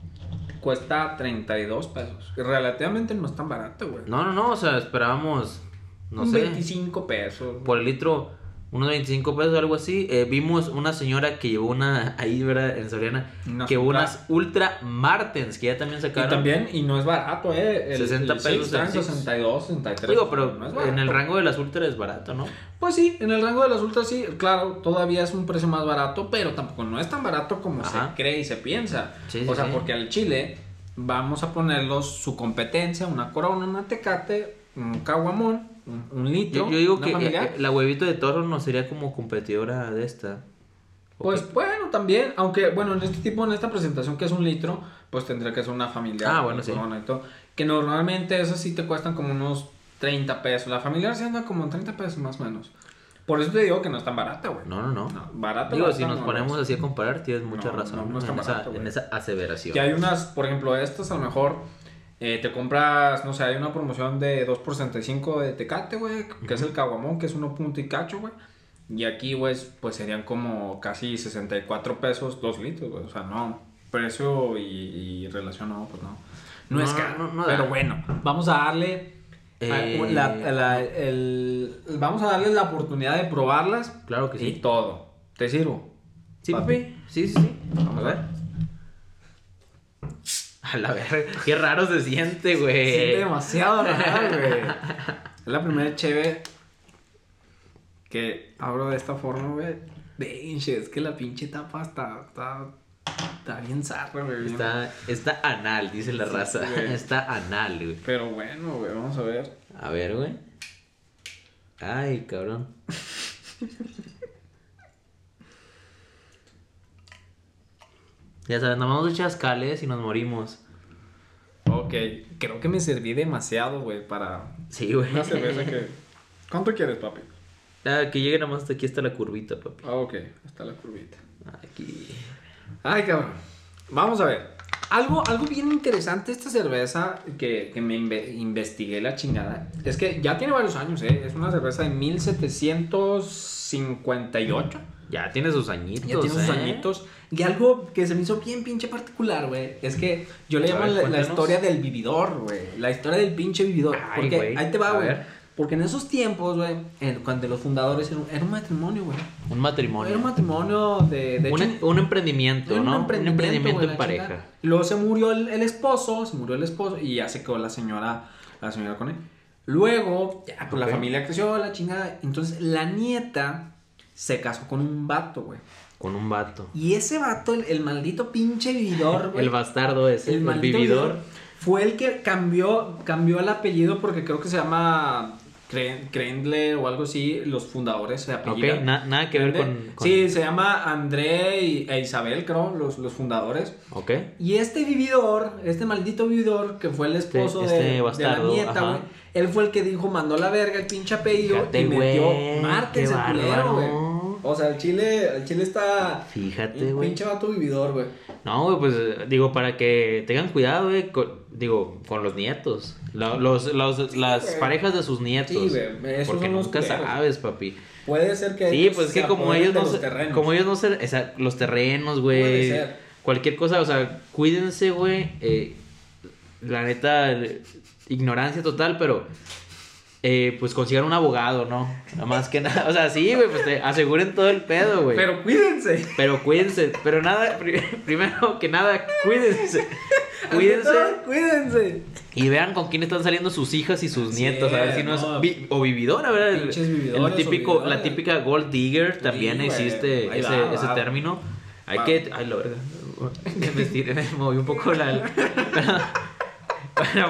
Speaker 1: Cuesta 32 pesos. Relativamente no es tan barato, güey.
Speaker 2: No, no, no, o sea, esperábamos, no
Speaker 1: Un
Speaker 2: sé,
Speaker 1: 25 pesos.
Speaker 2: por el litro, unos 25 pesos o algo así. Eh, vimos una señora que llevó una, ahí, ¿verdad? En Soriana,
Speaker 1: Una
Speaker 2: que llevó
Speaker 1: Ultra.
Speaker 2: unas Ultra Martens, que ya también sacaron.
Speaker 1: Y también, y no es barato, ¿eh?
Speaker 2: 60
Speaker 1: Six
Speaker 2: pesos el
Speaker 1: Tank,
Speaker 2: Six.
Speaker 1: 62, 63.
Speaker 2: Digo, pero
Speaker 1: no es barato.
Speaker 2: en el rango de las Ultra es barato, ¿no?
Speaker 1: Pues sí, en el rango de las ultras sí, claro, todavía es un precio más barato, pero tampoco no es tan barato como
Speaker 2: Ajá.
Speaker 1: se cree y se piensa.
Speaker 2: Sí, sí,
Speaker 1: o sea,
Speaker 2: sí.
Speaker 1: porque al Chile vamos a ponerlos su competencia, una corona, una tecate, un caguamón, un, un litro.
Speaker 2: Yo, yo digo
Speaker 1: una
Speaker 2: que
Speaker 1: familiar.
Speaker 2: eh, eh, la huevito de toro no sería como competidora de esta.
Speaker 1: Pues
Speaker 2: Ok.
Speaker 1: bueno, también, aunque bueno, en este tipo, en esta presentación que es un litro, pues tendría que ser una familiar.
Speaker 2: Ah, bueno,
Speaker 1: una
Speaker 2: sí.
Speaker 1: corona y todo, que normalmente esas sí te cuestan como unos 30 pesos. La familiar se anda como en 30 pesos más o menos. Por eso te digo que no es tan barata, güey.
Speaker 2: No, no, no.
Speaker 1: No, barata.
Speaker 2: Digo,
Speaker 1: barata
Speaker 2: si nos
Speaker 1: no,
Speaker 2: ponemos
Speaker 1: güey.
Speaker 2: así a comparar, tienes mucha
Speaker 1: No,
Speaker 2: razón
Speaker 1: no, no
Speaker 2: ¿no?
Speaker 1: está
Speaker 2: en, esa,
Speaker 1: barato, güey.
Speaker 2: en esa aseveración.
Speaker 1: Que hay unas, por ejemplo, estas a lo mejor eh, te compras, no sé, hay una promoción de 2 por 65 de Tecate, güey, que es el caguamón, que es 1 punto y cacho, güey. Y aquí, güey, pues serían como casi 64 pesos 2 litros, güey. O sea, no, precio y, y relación, no, pues no. No,
Speaker 2: No,
Speaker 1: es
Speaker 2: no,
Speaker 1: caro,
Speaker 2: no, no
Speaker 1: pero
Speaker 2: da.
Speaker 1: bueno, vamos a darle... a-
Speaker 2: Eh,
Speaker 1: la- la- el- vamos a darle la oportunidad de probarlas
Speaker 2: Claro que
Speaker 1: y
Speaker 2: sí.
Speaker 1: todo. ¿Te sirvo?
Speaker 2: Sí,
Speaker 1: Papi.
Speaker 2: papi. Sí, sí, sí.
Speaker 1: Vamos a ver.
Speaker 2: A la verga. Qué raro se
Speaker 1: Se siente
Speaker 2: siente, güey.
Speaker 1: demasiado raro, güey. Es Eh, la primera cheve que abro de esta forma, güey. Pinche, es que la pinche tapa está, está, está bien zarra, güey. bien-
Speaker 2: Está, está anal, dice la
Speaker 1: Sí,
Speaker 2: raza.
Speaker 1: güey.
Speaker 2: Está anal, güey.
Speaker 1: Pero bueno, güey, vamos a ver.
Speaker 2: A ver, güey. Ay, cabrón. Ya sabes, nomás dos chascales y nos morimos.
Speaker 1: Ok, creo que me serví demasiado, güey, para
Speaker 2: Sí, güey.
Speaker 1: una cerveza que... ¿Cuánto quieres, papi?
Speaker 2: Ah, que llegue nomás hasta aquí hasta la curvita, papi.
Speaker 1: Ah, ok, está la curvita.
Speaker 2: Aquí.
Speaker 1: Ay, cabrón. Vamos a ver. Algo, algo bien interesante esta cerveza que, que me inve- investigué la chingada. Es que ya tiene varios años, ¿eh? Es una cerveza de 1758.
Speaker 2: Ya tiene sus añitos.
Speaker 1: Ya tiene sus
Speaker 2: ¿eh?
Speaker 1: añitos. Y algo que se me hizo bien pinche particular, güey. Es que yo le
Speaker 2: A
Speaker 1: llamo
Speaker 2: ver,
Speaker 1: la- la,
Speaker 2: cuéntanos.
Speaker 1: historia del vividor, güey. La historia del pinche vividor.
Speaker 2: Ay,
Speaker 1: Porque
Speaker 2: güey.
Speaker 1: ahí te va,
Speaker 2: A
Speaker 1: güey.
Speaker 2: ver.
Speaker 1: Porque en esos tiempos, güey, en- cuando los fundadores eran, era un matrimonio, güey.
Speaker 2: Un
Speaker 1: Era un
Speaker 2: matrimonio.
Speaker 1: matrimonio de... de
Speaker 2: Un,
Speaker 1: hecho-
Speaker 2: un emprendimiento,
Speaker 1: era un
Speaker 2: ¿no?
Speaker 1: emprendimiento,
Speaker 2: un emprendimiento
Speaker 1: güey,
Speaker 2: en
Speaker 1: la
Speaker 2: pareja.
Speaker 1: chingada. Y luego se murió el, el esposo, se murió el esposo y ya se quedó la señora, la señora con él. Luego, ya, pues la
Speaker 2: Ok.
Speaker 1: familia creció, la chingada. Entonces, la nieta se casó con un vato, güey.
Speaker 2: Con un vato.
Speaker 1: Y ese vato, el, el maldito pinche vividor, güey.
Speaker 2: El bastardo ese, el,
Speaker 1: maldito
Speaker 2: vividor.
Speaker 1: Fue el que cambió, cambió el apellido porque creo que se llama Cre- Crendler o algo así. Los fundadores se
Speaker 2: Ok,
Speaker 1: apellidan.
Speaker 2: na- nada que ver
Speaker 1: Crendler.
Speaker 2: con, con-
Speaker 1: Sí, se llama André y- e Isabel, creo, los, los fundadores.
Speaker 2: Ok.
Speaker 1: Y este vividor, este maldito vividor, que fue el esposo
Speaker 2: Este-
Speaker 1: de-
Speaker 2: este
Speaker 1: de,
Speaker 2: bastardo,
Speaker 1: la nieta,
Speaker 2: ajá.
Speaker 1: güey. Él fue el que dijo, mandó la verga el pinche apellido
Speaker 2: Fíjate,
Speaker 1: y metió
Speaker 2: güey,
Speaker 1: Márquez
Speaker 2: qué
Speaker 1: el culero, güey.
Speaker 2: bárbaro.
Speaker 1: O sea, el chile, el chile está...
Speaker 2: Fíjate,
Speaker 1: Un
Speaker 2: güey.
Speaker 1: pinche vato vividor, güey.
Speaker 2: No, güey, pues eh, digo, para que tengan cuidado, güey, co- digo, con los nietos. La- los, los- las
Speaker 1: güey.
Speaker 2: parejas de sus nietos.
Speaker 1: Sí, güey, esos
Speaker 2: porque
Speaker 1: son los
Speaker 2: nunca
Speaker 1: culeros.
Speaker 2: sabes, papi.
Speaker 1: Puede ser que...
Speaker 2: Sí,
Speaker 1: ellos
Speaker 2: pues es
Speaker 1: se
Speaker 2: que como
Speaker 1: apoderen
Speaker 2: ellos,
Speaker 1: de
Speaker 2: no
Speaker 1: los
Speaker 2: se,
Speaker 1: terrenos.
Speaker 2: como ellos no se... esa- los terrenos,
Speaker 1: Puede
Speaker 2: güey.
Speaker 1: ser.
Speaker 2: Cualquier cosa, o sea, cuídense, güey. eh, la neta, eh, ignorancia total, pero... eh, pues consigan un abogado, ¿no? Nada más que nada. O sea, sí, güey, pues te aseguren todo el pedo, güey.
Speaker 1: Pero cuídense.
Speaker 2: Pero cuídense, pero nada, pri- primero que nada, cuídense. Cuídense
Speaker 1: Ante todo, Cuídense.
Speaker 2: y vean con quién están saliendo sus hijas y sus
Speaker 1: Así
Speaker 2: nietos. A ver
Speaker 1: es,
Speaker 2: si no,
Speaker 1: no.
Speaker 2: es vi- o vividora, ¿verdad? El-
Speaker 1: Pinches
Speaker 2: el
Speaker 1: vividores o
Speaker 2: típico,
Speaker 1: vividores.
Speaker 2: La típica gold digger también
Speaker 1: Sí, güey.
Speaker 2: existe
Speaker 1: Ahí
Speaker 2: ese,
Speaker 1: va,
Speaker 2: ese
Speaker 1: va.
Speaker 2: término. Hay
Speaker 1: Va.
Speaker 2: que. Ay, la verdad. Me, estiré, me moví un poco la. bueno,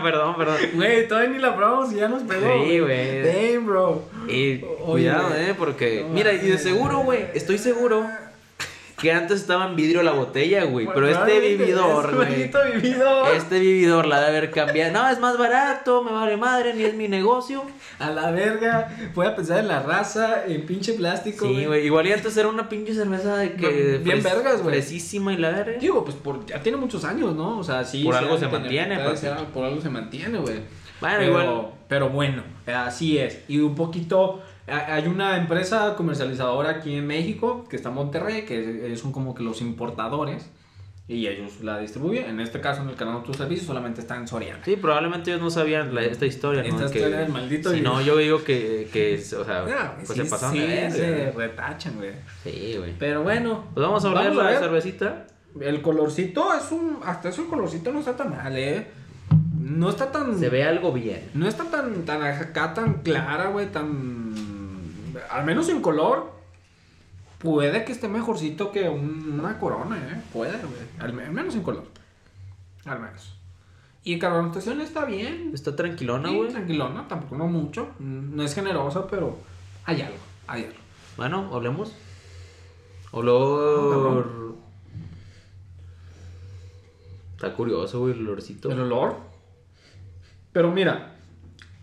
Speaker 2: perdón, perdón.
Speaker 1: Güey, todavía ni la probamos y ya nos pegó.
Speaker 2: Sí, güey.
Speaker 1: Damn, bro.
Speaker 2: Y
Speaker 1: Oye,
Speaker 2: cuidado,
Speaker 1: güey.
Speaker 2: eh, porque.
Speaker 1: No
Speaker 2: mira, y de
Speaker 1: mames,
Speaker 2: seguro, güey, estoy seguro que antes estaba en vidrio la botella, güey. pero este
Speaker 1: Probablemente
Speaker 2: vividor,
Speaker 1: es
Speaker 2: güey.
Speaker 1: maldito vividor.
Speaker 2: Este vividor la de haber cambiado. No, es más barato, me vale madre, ni es mi negocio.
Speaker 1: A la verga, voy a pensar en la raza, en pinche plástico.
Speaker 2: Sí, güey. Igual y antes era una pinche cerveza de que.
Speaker 1: Bien vergas, güey.
Speaker 2: Fresísima y la verga.
Speaker 1: Digo, pues por, ya tiene muchos años, ¿no? O sea, sí.
Speaker 2: Por
Speaker 1: se
Speaker 2: algo
Speaker 1: han
Speaker 2: se
Speaker 1: tenido-
Speaker 2: mantiene,
Speaker 1: se
Speaker 2: papi.
Speaker 1: han- por algo se mantiene, güey.
Speaker 2: Bueno,
Speaker 1: pero,
Speaker 2: igual.
Speaker 1: Pero bueno, así es. Y un poquito, ha- hay una empresa comercializadora aquí en México, que está en Monterrey, que ellos son como que los importadores. Y ellos la distribuyen. En este caso, en el canal de tus servicios, solamente está en Soriana.
Speaker 2: Sí, probablemente ellos no sabían la- esta historia, ¿no?
Speaker 1: Esta
Speaker 2: Que-
Speaker 1: historia del maldito
Speaker 2: Si no,
Speaker 1: vividor.
Speaker 2: yo digo que, que es, o sea,
Speaker 1: Ah,
Speaker 2: pues
Speaker 1: sí,
Speaker 2: se pasaron
Speaker 1: sí,
Speaker 2: de verga,
Speaker 1: se
Speaker 2: güey.
Speaker 1: retachan, güey.
Speaker 2: Sí, güey.
Speaker 1: Pero bueno.
Speaker 2: Pues vamos a oler
Speaker 1: Vamos a
Speaker 2: la
Speaker 1: ver.
Speaker 2: cervecita.
Speaker 1: El colorcito es un. Hasta eso el colorcito no está tan mal, eh. No está tan.
Speaker 2: Se ve algo bien.
Speaker 1: No está tan, tan acá, tan clara, güey, tan. Al menos en color. Puede que esté mejorcito que un- una corona, eh. Puede, güey. Al, me- al menos en color. Al menos. Y en carbonatación está bien.
Speaker 2: Está tranquilona,
Speaker 1: Sí,
Speaker 2: güey.
Speaker 1: tranquilona, tampoco no mucho. Mm, No es generosa, pero hay algo, hay algo.
Speaker 2: Bueno, olemos. Olor. Está curioso, güey, el olorcito.
Speaker 1: El olor. Pero mira,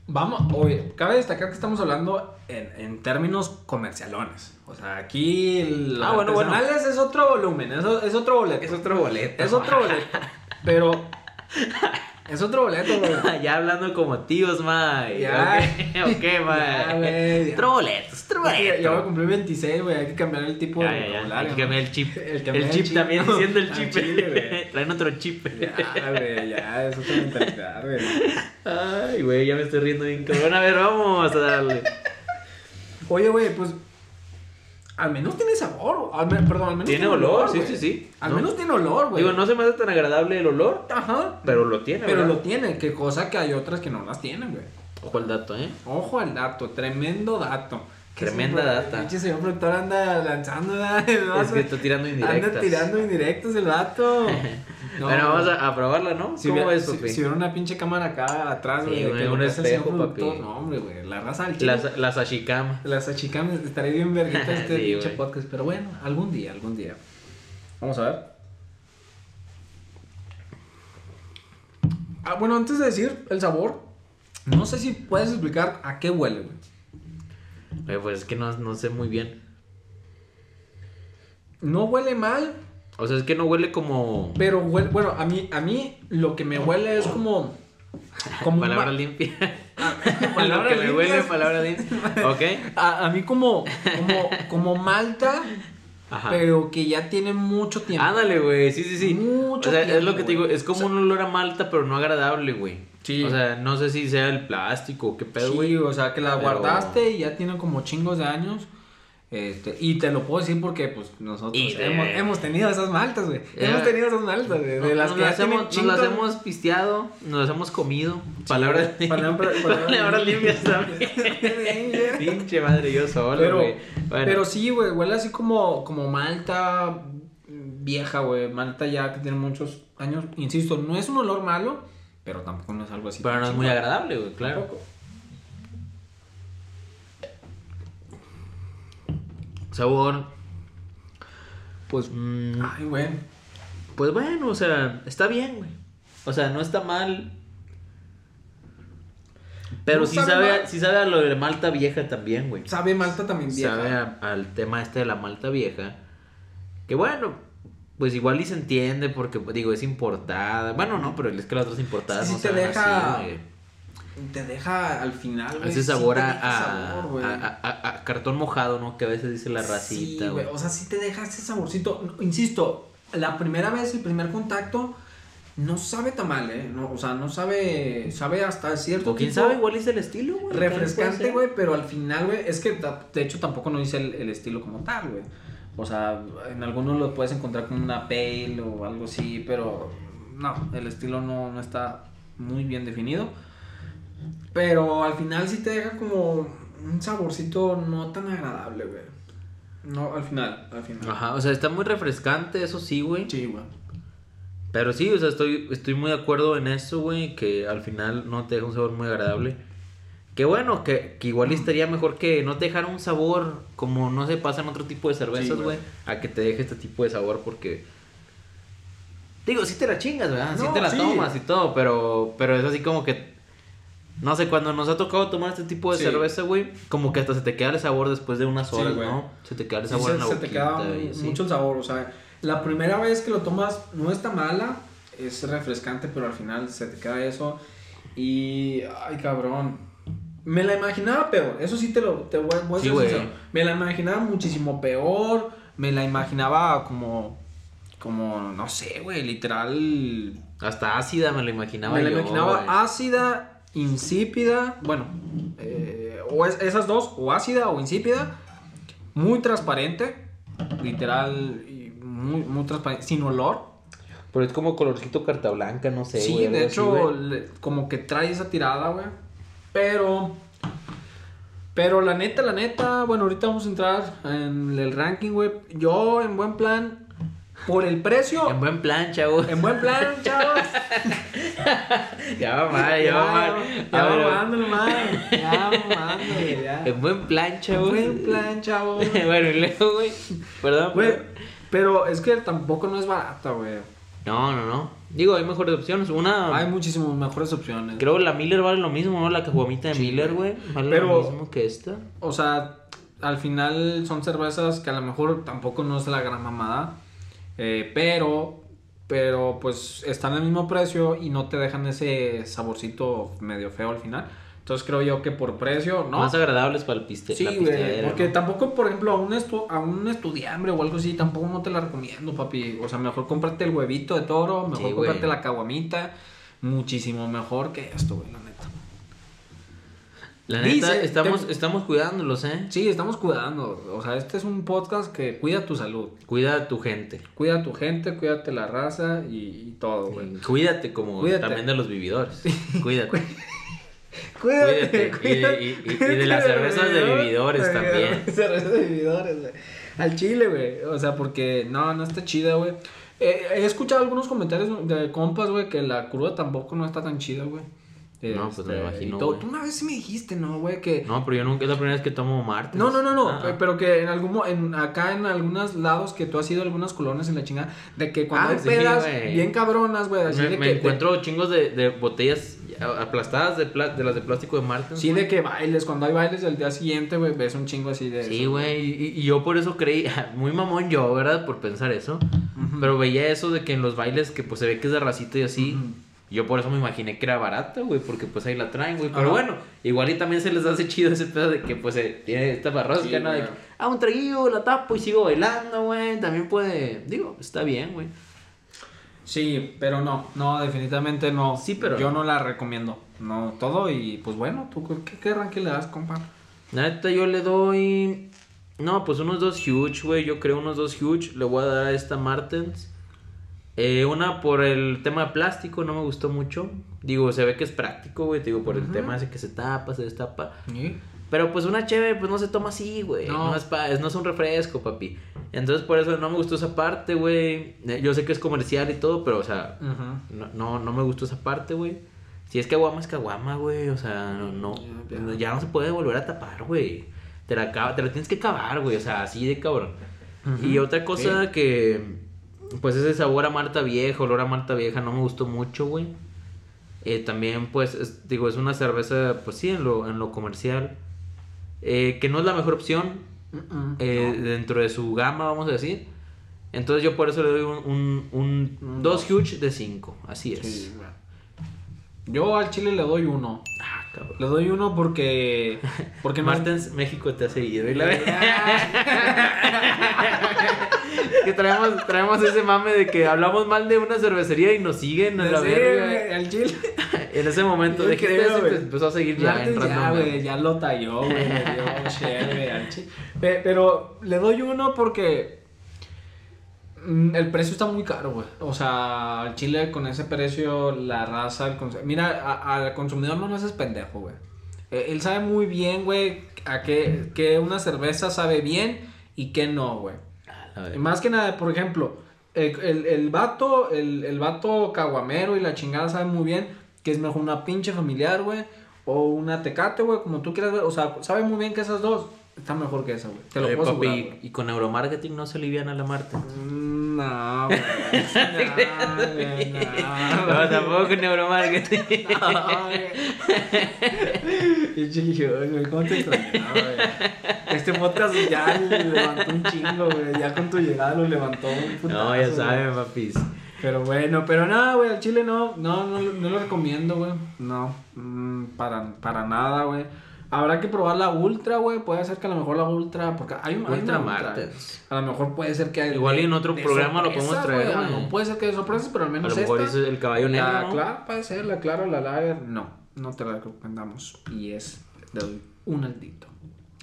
Speaker 1: vamos, oye, cabe destacar que estamos hablando en, en términos comercialones. O sea, aquí el
Speaker 2: Ah, bueno, bueno.
Speaker 1: artesanales es otro volumen, es, o- es otro boleto.
Speaker 2: Es otro boleto.
Speaker 1: Es otro boleto. Pero es otro boleto, güey.
Speaker 2: ya hablando como tíos, May.
Speaker 1: Ya.
Speaker 2: Ok, ok, May.
Speaker 1: Ya, güey, ya.
Speaker 2: Otro boleto, es otro
Speaker 1: Ya,
Speaker 2: boleto.
Speaker 1: ya voy a cumplir 26, güey. Hay que cambiar el tipo
Speaker 2: Ya,
Speaker 1: de
Speaker 2: ya, ya. Hay
Speaker 1: vocabulario,
Speaker 2: que
Speaker 1: ¿no?
Speaker 2: cambiar el chip.
Speaker 1: El
Speaker 2: El,
Speaker 1: cambiar el
Speaker 2: chip
Speaker 1: chip,
Speaker 2: también
Speaker 1: ¿no?
Speaker 2: diciendo el
Speaker 1: Al
Speaker 2: chip.
Speaker 1: chile, güey.
Speaker 2: Traen otro chip.
Speaker 1: Ya, güey, ya, es otra mentalidad, güey.
Speaker 2: Ay, güey, ya me estoy riendo bien cabrón. A ver, vamos a darle.
Speaker 1: Oye, güey, pues Al menos tiene sabor, al me- perdón, al menos
Speaker 2: Tiene olor, sí,
Speaker 1: güey.
Speaker 2: sí, sí.
Speaker 1: Al
Speaker 2: No.
Speaker 1: menos tiene olor, güey.
Speaker 2: Digo, no se me hace tan agradable el olor,
Speaker 1: Ajá.
Speaker 2: pero lo tiene,
Speaker 1: Pero
Speaker 2: ¿verdad?
Speaker 1: lo tiene, que cosa que hay otras que no las tienen, güey.
Speaker 2: Ojo al dato, ¿eh?
Speaker 1: Ojo al dato, tremendo dato. Que
Speaker 2: Tremenda
Speaker 1: siempre-
Speaker 2: data.
Speaker 1: Pinche señor productor anda lanzando, ¿verdad? El
Speaker 2: Es
Speaker 1: vato.
Speaker 2: que está tirando indirectas.
Speaker 1: Anda tirando indirectos el vato. No,
Speaker 2: bueno, vamos a, a probarla, ¿no?
Speaker 1: Si
Speaker 2: ¿Cómo
Speaker 1: hubiera,
Speaker 2: es,
Speaker 1: si-
Speaker 2: papi?
Speaker 1: si hubiera una pinche cámara acá atrás,
Speaker 2: Sí,
Speaker 1: güey, de
Speaker 2: güey,
Speaker 1: que
Speaker 2: un
Speaker 1: lo que hace el señor
Speaker 2: espejo,
Speaker 1: productor.
Speaker 2: papi.
Speaker 1: No, hombre, güey, la raza al chile.
Speaker 2: La, sa- la sashikama.
Speaker 1: La sachicam estaría bien verguita este
Speaker 2: Sí,
Speaker 1: pinche
Speaker 2: güey.
Speaker 1: podcast, pero bueno, algún día, algún día. Vamos a ver. Ah, bueno, antes de decir el sabor, no sé si puedes explicar a qué huele, güey.
Speaker 2: Eh, pues es que no, no sé muy bien.
Speaker 1: No huele mal,
Speaker 2: O sea, es que no huele como.
Speaker 1: pero huele, bueno, a mí, a mí lo que me huele es como... como un
Speaker 2: Palabra
Speaker 1: ba-
Speaker 2: limpia.
Speaker 1: palabra
Speaker 2: Lo que me
Speaker 1: limpia
Speaker 2: huele,
Speaker 1: es-
Speaker 2: palabra limpia. Ok.
Speaker 1: A, a mí como, como, como malta,
Speaker 2: Ajá.
Speaker 1: pero que ya tiene mucho tiempo.
Speaker 2: Ándale, güey. Sí, sí, sí.
Speaker 1: Mucho
Speaker 2: o sea, es
Speaker 1: tiempo,
Speaker 2: lo que te digo.
Speaker 1: güey.
Speaker 2: Es como
Speaker 1: O sea-
Speaker 2: un olor a malta, pero no agradable, güey.
Speaker 1: Sí.
Speaker 2: O sea, no sé si sea el plástico o qué pedo,
Speaker 1: Sí,
Speaker 2: güey.
Speaker 1: o sea, que la
Speaker 2: Pero-
Speaker 1: guardaste y ya tiene como chingos de años. Este, y te lo puedo decir porque, pues, nosotros
Speaker 2: Y de-
Speaker 1: hemos, hemos tenido esas maltas, güey.
Speaker 2: Ya.
Speaker 1: Hemos tenido esas maltas, güey. De
Speaker 2: No-
Speaker 1: las
Speaker 2: nos
Speaker 1: que ya
Speaker 2: las
Speaker 1: tienen
Speaker 2: hemos, nos
Speaker 1: chingos.
Speaker 2: las hemos pisteado, nos las hemos comido. palabras
Speaker 1: Sí, palabra- palabra-
Speaker 2: palabras limpias también. Pinche madre, yo solo,
Speaker 1: pero,
Speaker 2: güey. Bueno,
Speaker 1: pero sí, güey, huele así como, como malta vieja, güey. Malta ya que tiene muchos años. Insisto, no es un olor malo, pero tampoco no es algo así.
Speaker 2: pero
Speaker 1: tan
Speaker 2: no es muy
Speaker 1: chingón.
Speaker 2: agradable, güey, claro.
Speaker 1: Tampoco.
Speaker 2: Sabor.
Speaker 1: Pues,
Speaker 2: mm,
Speaker 1: ay, güey.
Speaker 2: pues bueno, o sea, está bien, güey. O sea, no está mal. Pero
Speaker 1: No
Speaker 2: sí,
Speaker 1: sabe
Speaker 2: sabe a,
Speaker 1: mal.
Speaker 2: sí sabe a lo de malta vieja también, güey.
Speaker 1: Sabe malta también vieja.
Speaker 2: Sabe a- al tema este de la malta vieja. Que bueno, pues igual y se entiende porque, digo, es importada. Bueno, no, pero es que las otras importadas
Speaker 1: Sí, sí
Speaker 2: no
Speaker 1: te
Speaker 2: saben
Speaker 1: deja-
Speaker 2: así, güey.
Speaker 1: Te deja al final, güey.
Speaker 2: Ese
Speaker 1: sí
Speaker 2: sabor
Speaker 1: te
Speaker 2: a,
Speaker 1: deja
Speaker 2: a-
Speaker 1: sabor, güey.
Speaker 2: a- a- a- a cartón mojado, ¿no? Que a veces dice la racita,
Speaker 1: Sí,
Speaker 2: güey.
Speaker 1: O sea, sí te deja ese saborcito. No, Insisto, la primera vez, el primer contacto, no sabe tan mal, ¿eh? No, o sea, no sabe, sabe hasta cierto
Speaker 2: O quién
Speaker 1: este tipo
Speaker 2: sabe, igual es el estilo, güey.
Speaker 1: Refrescante,
Speaker 2: Pues, Puede
Speaker 1: güey, pero al final, güey, es que ta- de hecho tampoco no dice el, el estilo como tal, güey. O sea, en algunos lo puedes encontrar con una pale o algo así, pero no, el estilo no, no está muy bien definido. Pero al final sí te deja como un saborcito no tan agradable, güey. No, al final, al
Speaker 2: ser.
Speaker 1: final.
Speaker 2: Ajá, o sea, está muy refrescante, eso sí, güey.
Speaker 1: Sí, güey.
Speaker 2: Pero sí, o sea, estoy, estoy muy de acuerdo en eso, güey, que al final no te deja un sabor muy agradable. Que bueno, que, que igual estaría mejor que no te dejara un sabor como no se pasa en otro tipo de cervezas,
Speaker 1: Sí,
Speaker 2: güey,
Speaker 1: güey.
Speaker 2: a que te deje este tipo de sabor porque... Digo, sí te la chingas, ¿verdad? sí
Speaker 1: No,
Speaker 2: te la
Speaker 1: sí.
Speaker 2: tomas y todo, pero, pero es así como que... No sé, cuando nos ha tocado tomar este tipo de
Speaker 1: Sí.
Speaker 2: cerveza, güey, como que hasta se te queda el sabor después de unas
Speaker 1: Sí,
Speaker 2: horas,
Speaker 1: güey.
Speaker 2: ¿no? Se te queda el
Speaker 1: Sí,
Speaker 2: sabor
Speaker 1: se,
Speaker 2: en la
Speaker 1: se
Speaker 2: boquita
Speaker 1: te queda
Speaker 2: y así.
Speaker 1: mucho el sabor. O sea, la primera vez que lo tomas no está mala, es refrescante, pero al final se te queda eso. Y, ay, cabrón. Me la imaginaba peor. Eso sí te lo te voy, voy a
Speaker 2: Sí,
Speaker 1: ser
Speaker 2: güey.
Speaker 1: sincero. Me la imaginaba muchísimo peor. Me la imaginaba como, como no sé, güey, literal.
Speaker 2: Hasta ácida me lo imaginaba
Speaker 1: me la
Speaker 2: yo,
Speaker 1: imaginaba
Speaker 2: güey.
Speaker 1: ácida, insípida. Bueno, eh, o es- esas dos, o ácida o insípida. Muy transparente, literal, y muy, muy transparente, sin olor.
Speaker 2: Pero es como colorcito carta blanca, no sé.
Speaker 1: Sí,
Speaker 2: güey, algo
Speaker 1: de
Speaker 2: así,
Speaker 1: hecho,
Speaker 2: güey.
Speaker 1: le- como que trae esa tirada, güey. Pero, pero la neta, la neta, bueno, ahorita vamos a entrar en el ranking, güey. Yo, en buen plan, por el precio,
Speaker 2: En buen plan, chavo.
Speaker 1: en buen plan, chavos.
Speaker 2: Ya va mal, ya va mal.
Speaker 1: Ya
Speaker 2: A ver,
Speaker 1: va mamándole, man. Ya va mamándole, ya.
Speaker 2: En buen plan, chavo.
Speaker 1: Buen plan, chavo.
Speaker 2: bueno, y luego, güey. Perdón.
Speaker 1: Güey,
Speaker 2: pero-
Speaker 1: pero es que tampoco no es barata, güey.
Speaker 2: No, no, no. Digo, hay mejores opciones. Una.
Speaker 1: Hay muchísimas mejores opciones.
Speaker 2: Creo la Miller vale lo mismo, ¿no? La caguamita de
Speaker 1: Sí,
Speaker 2: Miller, güey. Vale lo
Speaker 1: Pero-
Speaker 2: mismo que esta.
Speaker 1: O sea, al final son cervezas que a lo mejor tampoco no es la gran mamada. eh, pero, pero pues están al mismo precio y no te dejan ese saborcito medio feo al final. Entonces creo yo que por precio, ¿no?
Speaker 2: Más agradables para el piste.
Speaker 1: Sí,
Speaker 2: la
Speaker 1: güey,
Speaker 2: pisteadera,
Speaker 1: porque
Speaker 2: ¿no?
Speaker 1: tampoco, por ejemplo, a un, estu a un estudiambre o algo así, tampoco no te la recomiendo, papi. O sea, mejor cómprate el huevito de toro, mejor
Speaker 2: Sí, güey.
Speaker 1: cómprate la caguamita, muchísimo mejor que esto, güey, la neta.
Speaker 2: La neta,
Speaker 1: Dice,
Speaker 2: estamos,
Speaker 1: te-
Speaker 2: estamos cuidándolos, ¿eh?
Speaker 1: Sí, estamos cuidando. O sea, este es un podcast que cuida tu salud.
Speaker 2: Cuida a tu gente.
Speaker 1: Cuida a tu gente, cuídate la raza y, y todo, güey.
Speaker 2: Cuídate como
Speaker 1: Cuídate.
Speaker 2: también de los vividores. Cuídate.
Speaker 1: Cuídate,
Speaker 2: Cuídate, y- y- y- y de las cervezas de vividores también.
Speaker 1: Cervezas de vividores, güey. Al chile, güey. O sea, porque no, no está chida, güey. Eh, he escuchado algunos comentarios de compas, güey, que la curva tampoco no está tan chida, güey.
Speaker 2: No, pues, me
Speaker 1: Este,
Speaker 2: imagino,
Speaker 1: y todo.
Speaker 2: güey.
Speaker 1: Tú una vez sí me dijiste, ¿no, güey? Que...
Speaker 2: No, pero yo nunca es la primera vez que tomo martes.
Speaker 1: No, no, no, no.
Speaker 2: Ah.
Speaker 1: pe- Pero que en algún mo- en, acá en algunos lados que tú has ido a algunas colonias en la chingada, de que cuando
Speaker 2: Ah,
Speaker 1: hay
Speaker 2: sí,
Speaker 1: pedas
Speaker 2: güey.
Speaker 1: bien cabronas, güey, así
Speaker 2: me,
Speaker 1: de
Speaker 2: me
Speaker 1: que te-
Speaker 2: encuentro chingos de, de botellas aplastadas de, pla- de las de plástico de Martens.
Speaker 1: Sí, de que bailes, cuando hay bailes del día siguiente, güey, ves un chingo así de...
Speaker 2: Sí,
Speaker 1: eso.
Speaker 2: güey, y, y yo por eso creí, muy mamón yo, ¿verdad? Por pensar eso. Pero veía eso de que en los bailes que pues se ve que es de racito y así.
Speaker 1: Ujú.
Speaker 2: Yo por eso me imaginé que era barata, güey, porque pues ahí la traen, güey. Pero
Speaker 1: Ajá.
Speaker 2: bueno, igual y también se les hace chido ese pedo de que pues eh, tiene esta barrosca,
Speaker 1: Sí,
Speaker 2: ¿no? De
Speaker 1: güey.
Speaker 2: que, ah, un traguillo, la tapo y sigo bailando, güey. También puede, digo, está bien, güey.
Speaker 1: Sí, pero no, no, definitivamente no.
Speaker 2: Sí, pero
Speaker 1: Yo
Speaker 2: no.
Speaker 1: no la recomiendo. No, todo y pues bueno, ¿tú qué- qué, qué ranking le das, compa?
Speaker 2: La neta, yo le doy. No, pues unos dos huge, güey. Yo creo unos dos huge. Le voy a dar a esta Martens. Eh, una por el tema de plástico, no me gustó mucho. Digo, se ve que es práctico, güey. te Digo, por el tema ese que se tapa, se destapa. Pero pues una chévere, pues no se toma así, güey.
Speaker 1: No.
Speaker 2: No. es pa- es, no es un refresco, papi. Entonces, por eso no me gustó esa parte, güey. Eh, Yo sé que es comercial y todo, pero, o sea,
Speaker 1: Ajá.
Speaker 2: no, no, no me gustó esa parte, güey. Si es caguama, es caguama, güey. O sea, no, no-
Speaker 1: Ya,
Speaker 2: no- ya no se puede volver a tapar, güey. Te la, acaba- te la tienes que cavar, güey. O sea, así de cabrón. Y otra cosa que... Pues ese sabor a Marta Vieja, olor a Marta Vieja, no me gustó mucho, güey. Eh, también, pues, es- digo, es una cerveza, pues sí, en lo, en lo comercial. Eh, que no es la mejor opción,
Speaker 1: Mm-mm.
Speaker 2: eh, dentro de su gama, vamos a decir. Entonces yo por eso le doy un, un,
Speaker 1: Un
Speaker 2: un dos huge de 5, así es.
Speaker 1: Sí, güey. Yo al chile le doy uno.
Speaker 2: Ah, cabrón.
Speaker 1: Le doy uno porque... Porque no-
Speaker 2: Martens, México te ha seguido. Y la que traemos, traemos ese mame de que hablamos mal de una cervecería y nos siguen a la
Speaker 1: Sí,
Speaker 2: verga.
Speaker 1: güey, al chile.
Speaker 2: En ese momento
Speaker 1: Yo
Speaker 2: de que
Speaker 1: creo,
Speaker 2: te
Speaker 1: güey.
Speaker 2: empezó a seguir ya
Speaker 1: Martens
Speaker 2: entrando.
Speaker 1: ya,
Speaker 2: güey.
Speaker 1: güey, ya lo talló, güey, le dio share, güey, al chi- Pe- Pero le doy uno porque mm, el precio está muy caro, güey. O sea, al chile con ese precio, la raza, el consu- Mira, a- al consumidor no lo haces pendejo, güey. Eh, Él sabe muy bien, güey, a qué, qué una cerveza sabe bien y qué no, güey.
Speaker 2: Ah, la verga.
Speaker 1: Más que nada, por ejemplo, el, el, el vato, el, el vato caguamero y la chingada sabe muy bien que es mejor una pinche familiar, güey, o una tecate, güey, como tú quieras, güey. O sea, sabe muy bien que esas dos están mejor que esa, güey. Te lo
Speaker 2: Oye,
Speaker 1: puedo
Speaker 2: Eh, papi,
Speaker 1: asegurar, güey.
Speaker 2: y con neuromarketing no se alivian a la Martens.
Speaker 1: Mm, No, güey. No, güey, no,
Speaker 2: No,
Speaker 1: güey.
Speaker 2: tampoco con neuromarketing.
Speaker 1: No, güey. Pinche Guión, güey, ¿cómo te extrañaba, güey? Este podcast ya le levantó un chingo, güey. Ya con tu llegada lo levantó un
Speaker 2: No, ya
Speaker 1: putazo, güey.
Speaker 2: saben, papis.
Speaker 1: Pero bueno, pero nada, güey, al chile no, no, no, no lo recomiendo, güey. No, mm, para, para nada, güey. Habrá que probar la ultra, güey. Puede ser que a lo mejor la ultra, porque hay, un
Speaker 2: Ultra Martens.
Speaker 1: A lo mejor puede ser que
Speaker 2: Igual y en otro
Speaker 1: de
Speaker 2: programa lo podemos traer,
Speaker 1: güey.
Speaker 2: güey.
Speaker 1: No puede ser que de sorpresas, pero al
Speaker 2: A
Speaker 1: menos
Speaker 2: lo mejor
Speaker 1: esta. Ah,
Speaker 2: ese es el caballo negro.
Speaker 1: la
Speaker 2: ¿no?
Speaker 1: clara, puede ser la clara o la lager. No, no te la recomendamos. Y es de un altito.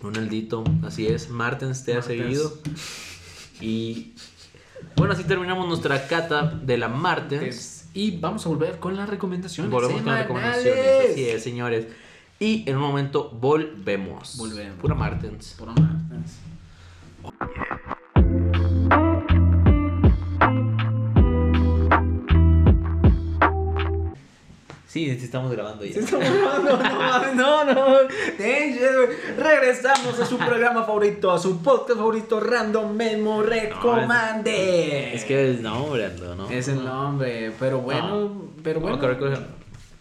Speaker 2: Un aldito, así es. Martens te ha
Speaker 1: Martens.
Speaker 2: seguido. Y bueno, así terminamos nuestra cata de la Martens.
Speaker 1: Es- Y vamos a volver con las recomendaciones.
Speaker 2: Volvemos con las recomendaciones.
Speaker 1: semanales.
Speaker 2: Así es, señores. Y en un momento volvemos.
Speaker 1: Volvemos.
Speaker 2: Pura Martens.
Speaker 1: Puro Martens.
Speaker 2: Sí, sí, estamos grabando ya.
Speaker 1: No, no, no, mames, no, no. Danger. Regresamos a su programa favorito, a su podcast favorito, Random Memo Recomande.
Speaker 2: Es que es no, Brando, ¿no?
Speaker 1: es el nombre, pero bueno, pero
Speaker 2: No,
Speaker 1: bueno.
Speaker 2: creo que-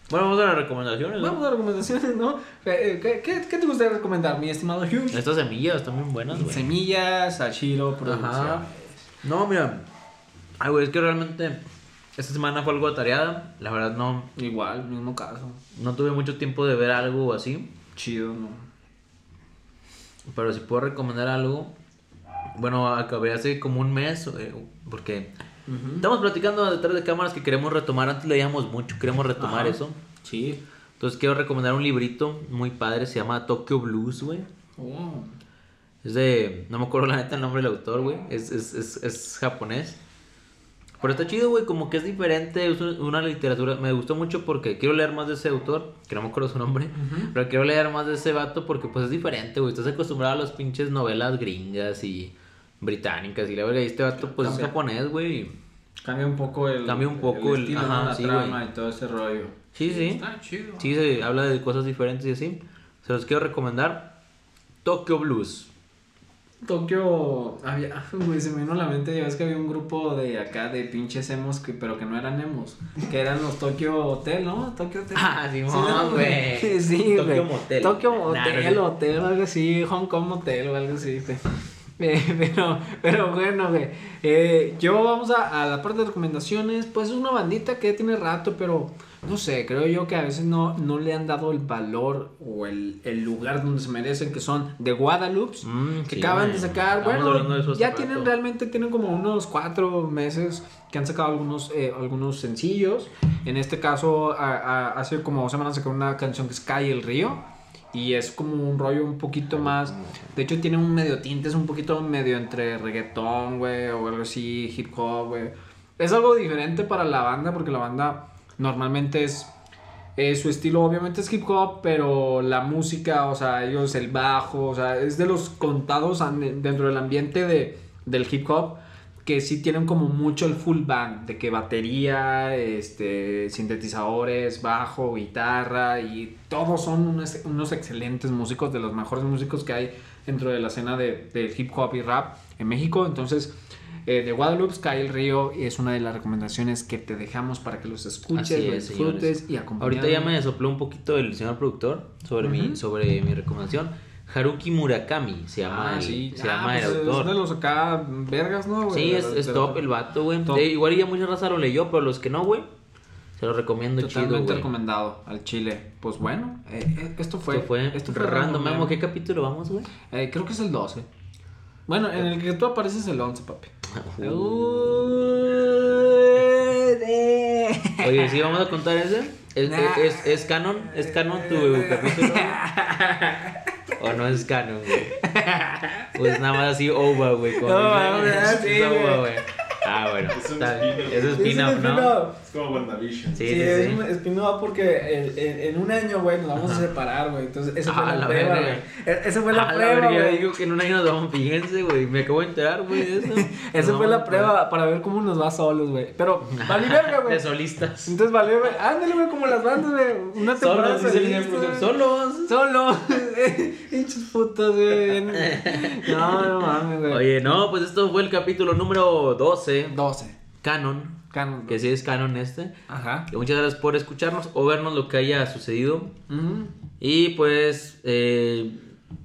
Speaker 2: Bueno, vamos a las recomendaciones. ¿no?
Speaker 1: Vamos a recomendaciones, ¿no? Eh, eh, ¿Qué, qué, qué te gustaría recomendar, mi estimado Hugh?
Speaker 2: Estas semillas están bien buenas, güey.
Speaker 1: Semillas, Sashiro,
Speaker 2: Ajá.
Speaker 1: producción.
Speaker 2: No, mira. Ay, güey, es que realmente esta semana fue algo atareada. La verdad no,
Speaker 1: Igual, mismo caso.
Speaker 2: no tuve mucho tiempo de ver algo así.
Speaker 1: Chido, ¿no?
Speaker 2: Pero si puedo recomendar algo. Bueno, acabé hace como un mes. eh, porque estamos platicando detrás de cámaras que queremos retomar. Antes leíamos mucho, queremos retomar
Speaker 1: Ajá.
Speaker 2: eso.
Speaker 1: Sí.
Speaker 2: Entonces quiero recomendar un librito muy padre, se llama Tokyo Blues, güey.
Speaker 1: Oh.
Speaker 2: Es de. No me acuerdo la neta el nombre del autor, güey. Es, es, es, es japonés. Pero está chido, güey. Como que es diferente. Es un- una literatura. Me gustó mucho porque quiero leer más de ese autor. Que no me acuerdo su nombre.
Speaker 1: Ujú.
Speaker 2: Pero quiero leer más de ese vato porque, pues, es diferente, güey. Estás acostumbrado a las pinches novelas gringas y británicas y la verga. Y este vato, pues,
Speaker 1: Cambia.
Speaker 2: es japonés, güey.
Speaker 1: Cambia un poco el.
Speaker 2: Cambia un poco el-
Speaker 1: estilo,
Speaker 2: ajá,
Speaker 1: ¿no? la
Speaker 2: sí,
Speaker 1: trama
Speaker 2: güey.
Speaker 1: y todo ese rollo.
Speaker 2: Sí, sí.
Speaker 1: Está chido.
Speaker 2: Sí, se habla de cosas diferentes y así. Se los quiero recomendar. Tokyo Blues.
Speaker 1: Tokio. Había. ah, Güey, se me vino a la mente. Ya ves que había un grupo de acá de pinches emos, que, pero que no eran emos. Que eran los Tokio Hotel, ¿no? Tokio Hotel.
Speaker 2: Ah, Simón,
Speaker 1: ¿no,
Speaker 2: güey.
Speaker 1: Sí,
Speaker 2: Tokio
Speaker 1: güey.
Speaker 2: Motel.
Speaker 1: Tokio
Speaker 2: Nah,
Speaker 1: Motel,
Speaker 2: no, no.
Speaker 1: Hotel, algo así. Hong Kong Motel o algo así. te- Eh, Pero, pero bueno, güey. Eh, yo vamos a, a la parte de recomendaciones. Pues es una bandita que ya tiene rato, pero no sé, creo yo que a veces no, no le han dado el valor o el, el lugar donde se merecen, que son de Guadalupe.
Speaker 2: Mm,
Speaker 1: que
Speaker 2: sí,
Speaker 1: acaban
Speaker 2: güey.
Speaker 1: de sacar,
Speaker 2: Estábamos hablando de eso
Speaker 1: bueno,
Speaker 2: hace
Speaker 1: ya
Speaker 2: rato.
Speaker 1: tienen realmente tienen como unos cuatro meses que han sacado algunos eh, algunos sencillos. En este caso, a- a- hace como dos semanas sacaron una canción que es Calle el Río y es como un rollo un poquito más. De hecho, tiene un medio tinte, es un poquito medio entre reggaetón, güey, o algo así, hip hop, güey. Es algo diferente para la banda porque la banda normalmente es eh, su estilo obviamente es hip hop, pero la música, o sea, ellos, el bajo, o sea, es de los contados an- dentro del ambiente de, del hip hop que sí tienen como mucho el full band, de que batería, este, sintetizadores, bajo, guitarra, y todos son unos, unos excelentes músicos, de los mejores músicos que hay dentro de la escena de, del hip hop y rap en México. Entonces, eh, de Guadalupe, Sky el Río es una de las recomendaciones que te dejamos para que los escuches,
Speaker 2: Así
Speaker 1: los
Speaker 2: es, señores.
Speaker 1: disfrutes y acompañes.
Speaker 2: Ahorita ya me sopló un poquito el señor productor sobre, mi,
Speaker 1: Ujú.
Speaker 2: sobre mi recomendación. Haruki Murakami se llama
Speaker 1: Ah,
Speaker 2: el,
Speaker 1: sí.
Speaker 2: se
Speaker 1: Ah,
Speaker 2: llama
Speaker 1: pues
Speaker 2: el
Speaker 1: Es de
Speaker 2: autor.
Speaker 1: los acá vergas, ¿no? güey?
Speaker 2: Sí,
Speaker 1: De
Speaker 2: es,
Speaker 1: los-
Speaker 2: es
Speaker 1: de
Speaker 2: top
Speaker 1: los-
Speaker 2: el vato, güey.
Speaker 1: Top.
Speaker 2: Eh, igual ya mucha raza lo leyó, pero los que no, güey, se los recomiendo
Speaker 1: Totalmente
Speaker 2: chido, güey.
Speaker 1: recomendado al chile. Pues bueno, eh, eh, esto fue.
Speaker 2: Esto fue,
Speaker 1: esto fue
Speaker 2: Random Memo.
Speaker 1: Memo.
Speaker 2: ¿Qué capítulo vamos, güey?
Speaker 1: Eh, creo que es el 12. Bueno, en el que tú apareces el 11, papi.
Speaker 2: Oye, sí, vamos a contar ese. ¿Es,
Speaker 1: Nah.
Speaker 2: es, es, es canon? ¿Es canon tu capítulo? güey? ¿O no es canon, güey? Pues nada más así, ova, güey. como
Speaker 1: No,
Speaker 2: dicen,
Speaker 1: ¿verdad?
Speaker 2: es
Speaker 1: Sí,
Speaker 2: ova,
Speaker 1: güey.
Speaker 2: güey. Ah, bueno.
Speaker 3: Es un
Speaker 2: está bien.
Speaker 3: spin-off.
Speaker 2: Es un spin-off, ¿no?
Speaker 1: spin-off.
Speaker 3: Es como WandaVision.
Speaker 2: Sí,
Speaker 1: Sí,
Speaker 2: sí,
Speaker 1: es
Speaker 2: sí.
Speaker 1: un spin-off porque en, en- en un año, güey, nos vamos a separar, güey. Entonces, esa fue
Speaker 2: Ah,
Speaker 1: la,
Speaker 2: la
Speaker 1: prueba,
Speaker 2: verga.
Speaker 1: güey. E- Esa fue la
Speaker 2: Ah,
Speaker 1: prueba,
Speaker 2: verga,
Speaker 1: güey.
Speaker 2: digo que en un año nos vamos, fíjense, güey. Me acabo de enterar, güey, de eso.
Speaker 1: Esa
Speaker 2: No,
Speaker 1: fue la
Speaker 2: güey.
Speaker 1: prueba para ver cómo nos va solos, güey. Pero, vale verga, güey.
Speaker 2: De solistas.
Speaker 1: Entonces valió, güey. Ándale, güey, como las bandas, güey. Una temporada
Speaker 2: Solos, dice el
Speaker 1: solista,
Speaker 2: señor
Speaker 1: güey.
Speaker 2: Solos.
Speaker 1: Solo. Hinchos putos, güey. No, no mames, güey.
Speaker 2: Oye, no, pues esto fue el capítulo número 12.
Speaker 1: 12.
Speaker 2: Canon.
Speaker 1: Canon.
Speaker 2: que sí es canon este.
Speaker 1: Ajá.
Speaker 2: Y Muchas gracias por escucharnos o vernos lo que haya sucedido.
Speaker 1: Ujú.
Speaker 2: Y pues, eh,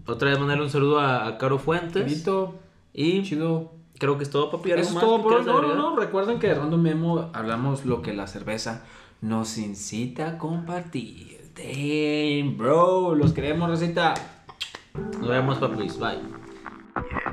Speaker 2: otra vez mandarle un saludo a, a Caro Fuentes.
Speaker 1: Perito,
Speaker 2: Y
Speaker 1: chido.
Speaker 2: creo que es todo, papi.
Speaker 1: Eso
Speaker 2: ¿Algo
Speaker 1: es
Speaker 2: más
Speaker 1: todo
Speaker 2: que
Speaker 1: por hoy.
Speaker 2: quieras
Speaker 1: No, no,
Speaker 2: agregar?
Speaker 1: no. Recuerden que de Random Memo hablamos lo que la cerveza nos incita a compartir. Damn, bro. Los queremos, recita.
Speaker 2: Nos vemos, papis. Bye.
Speaker 1: Yeah.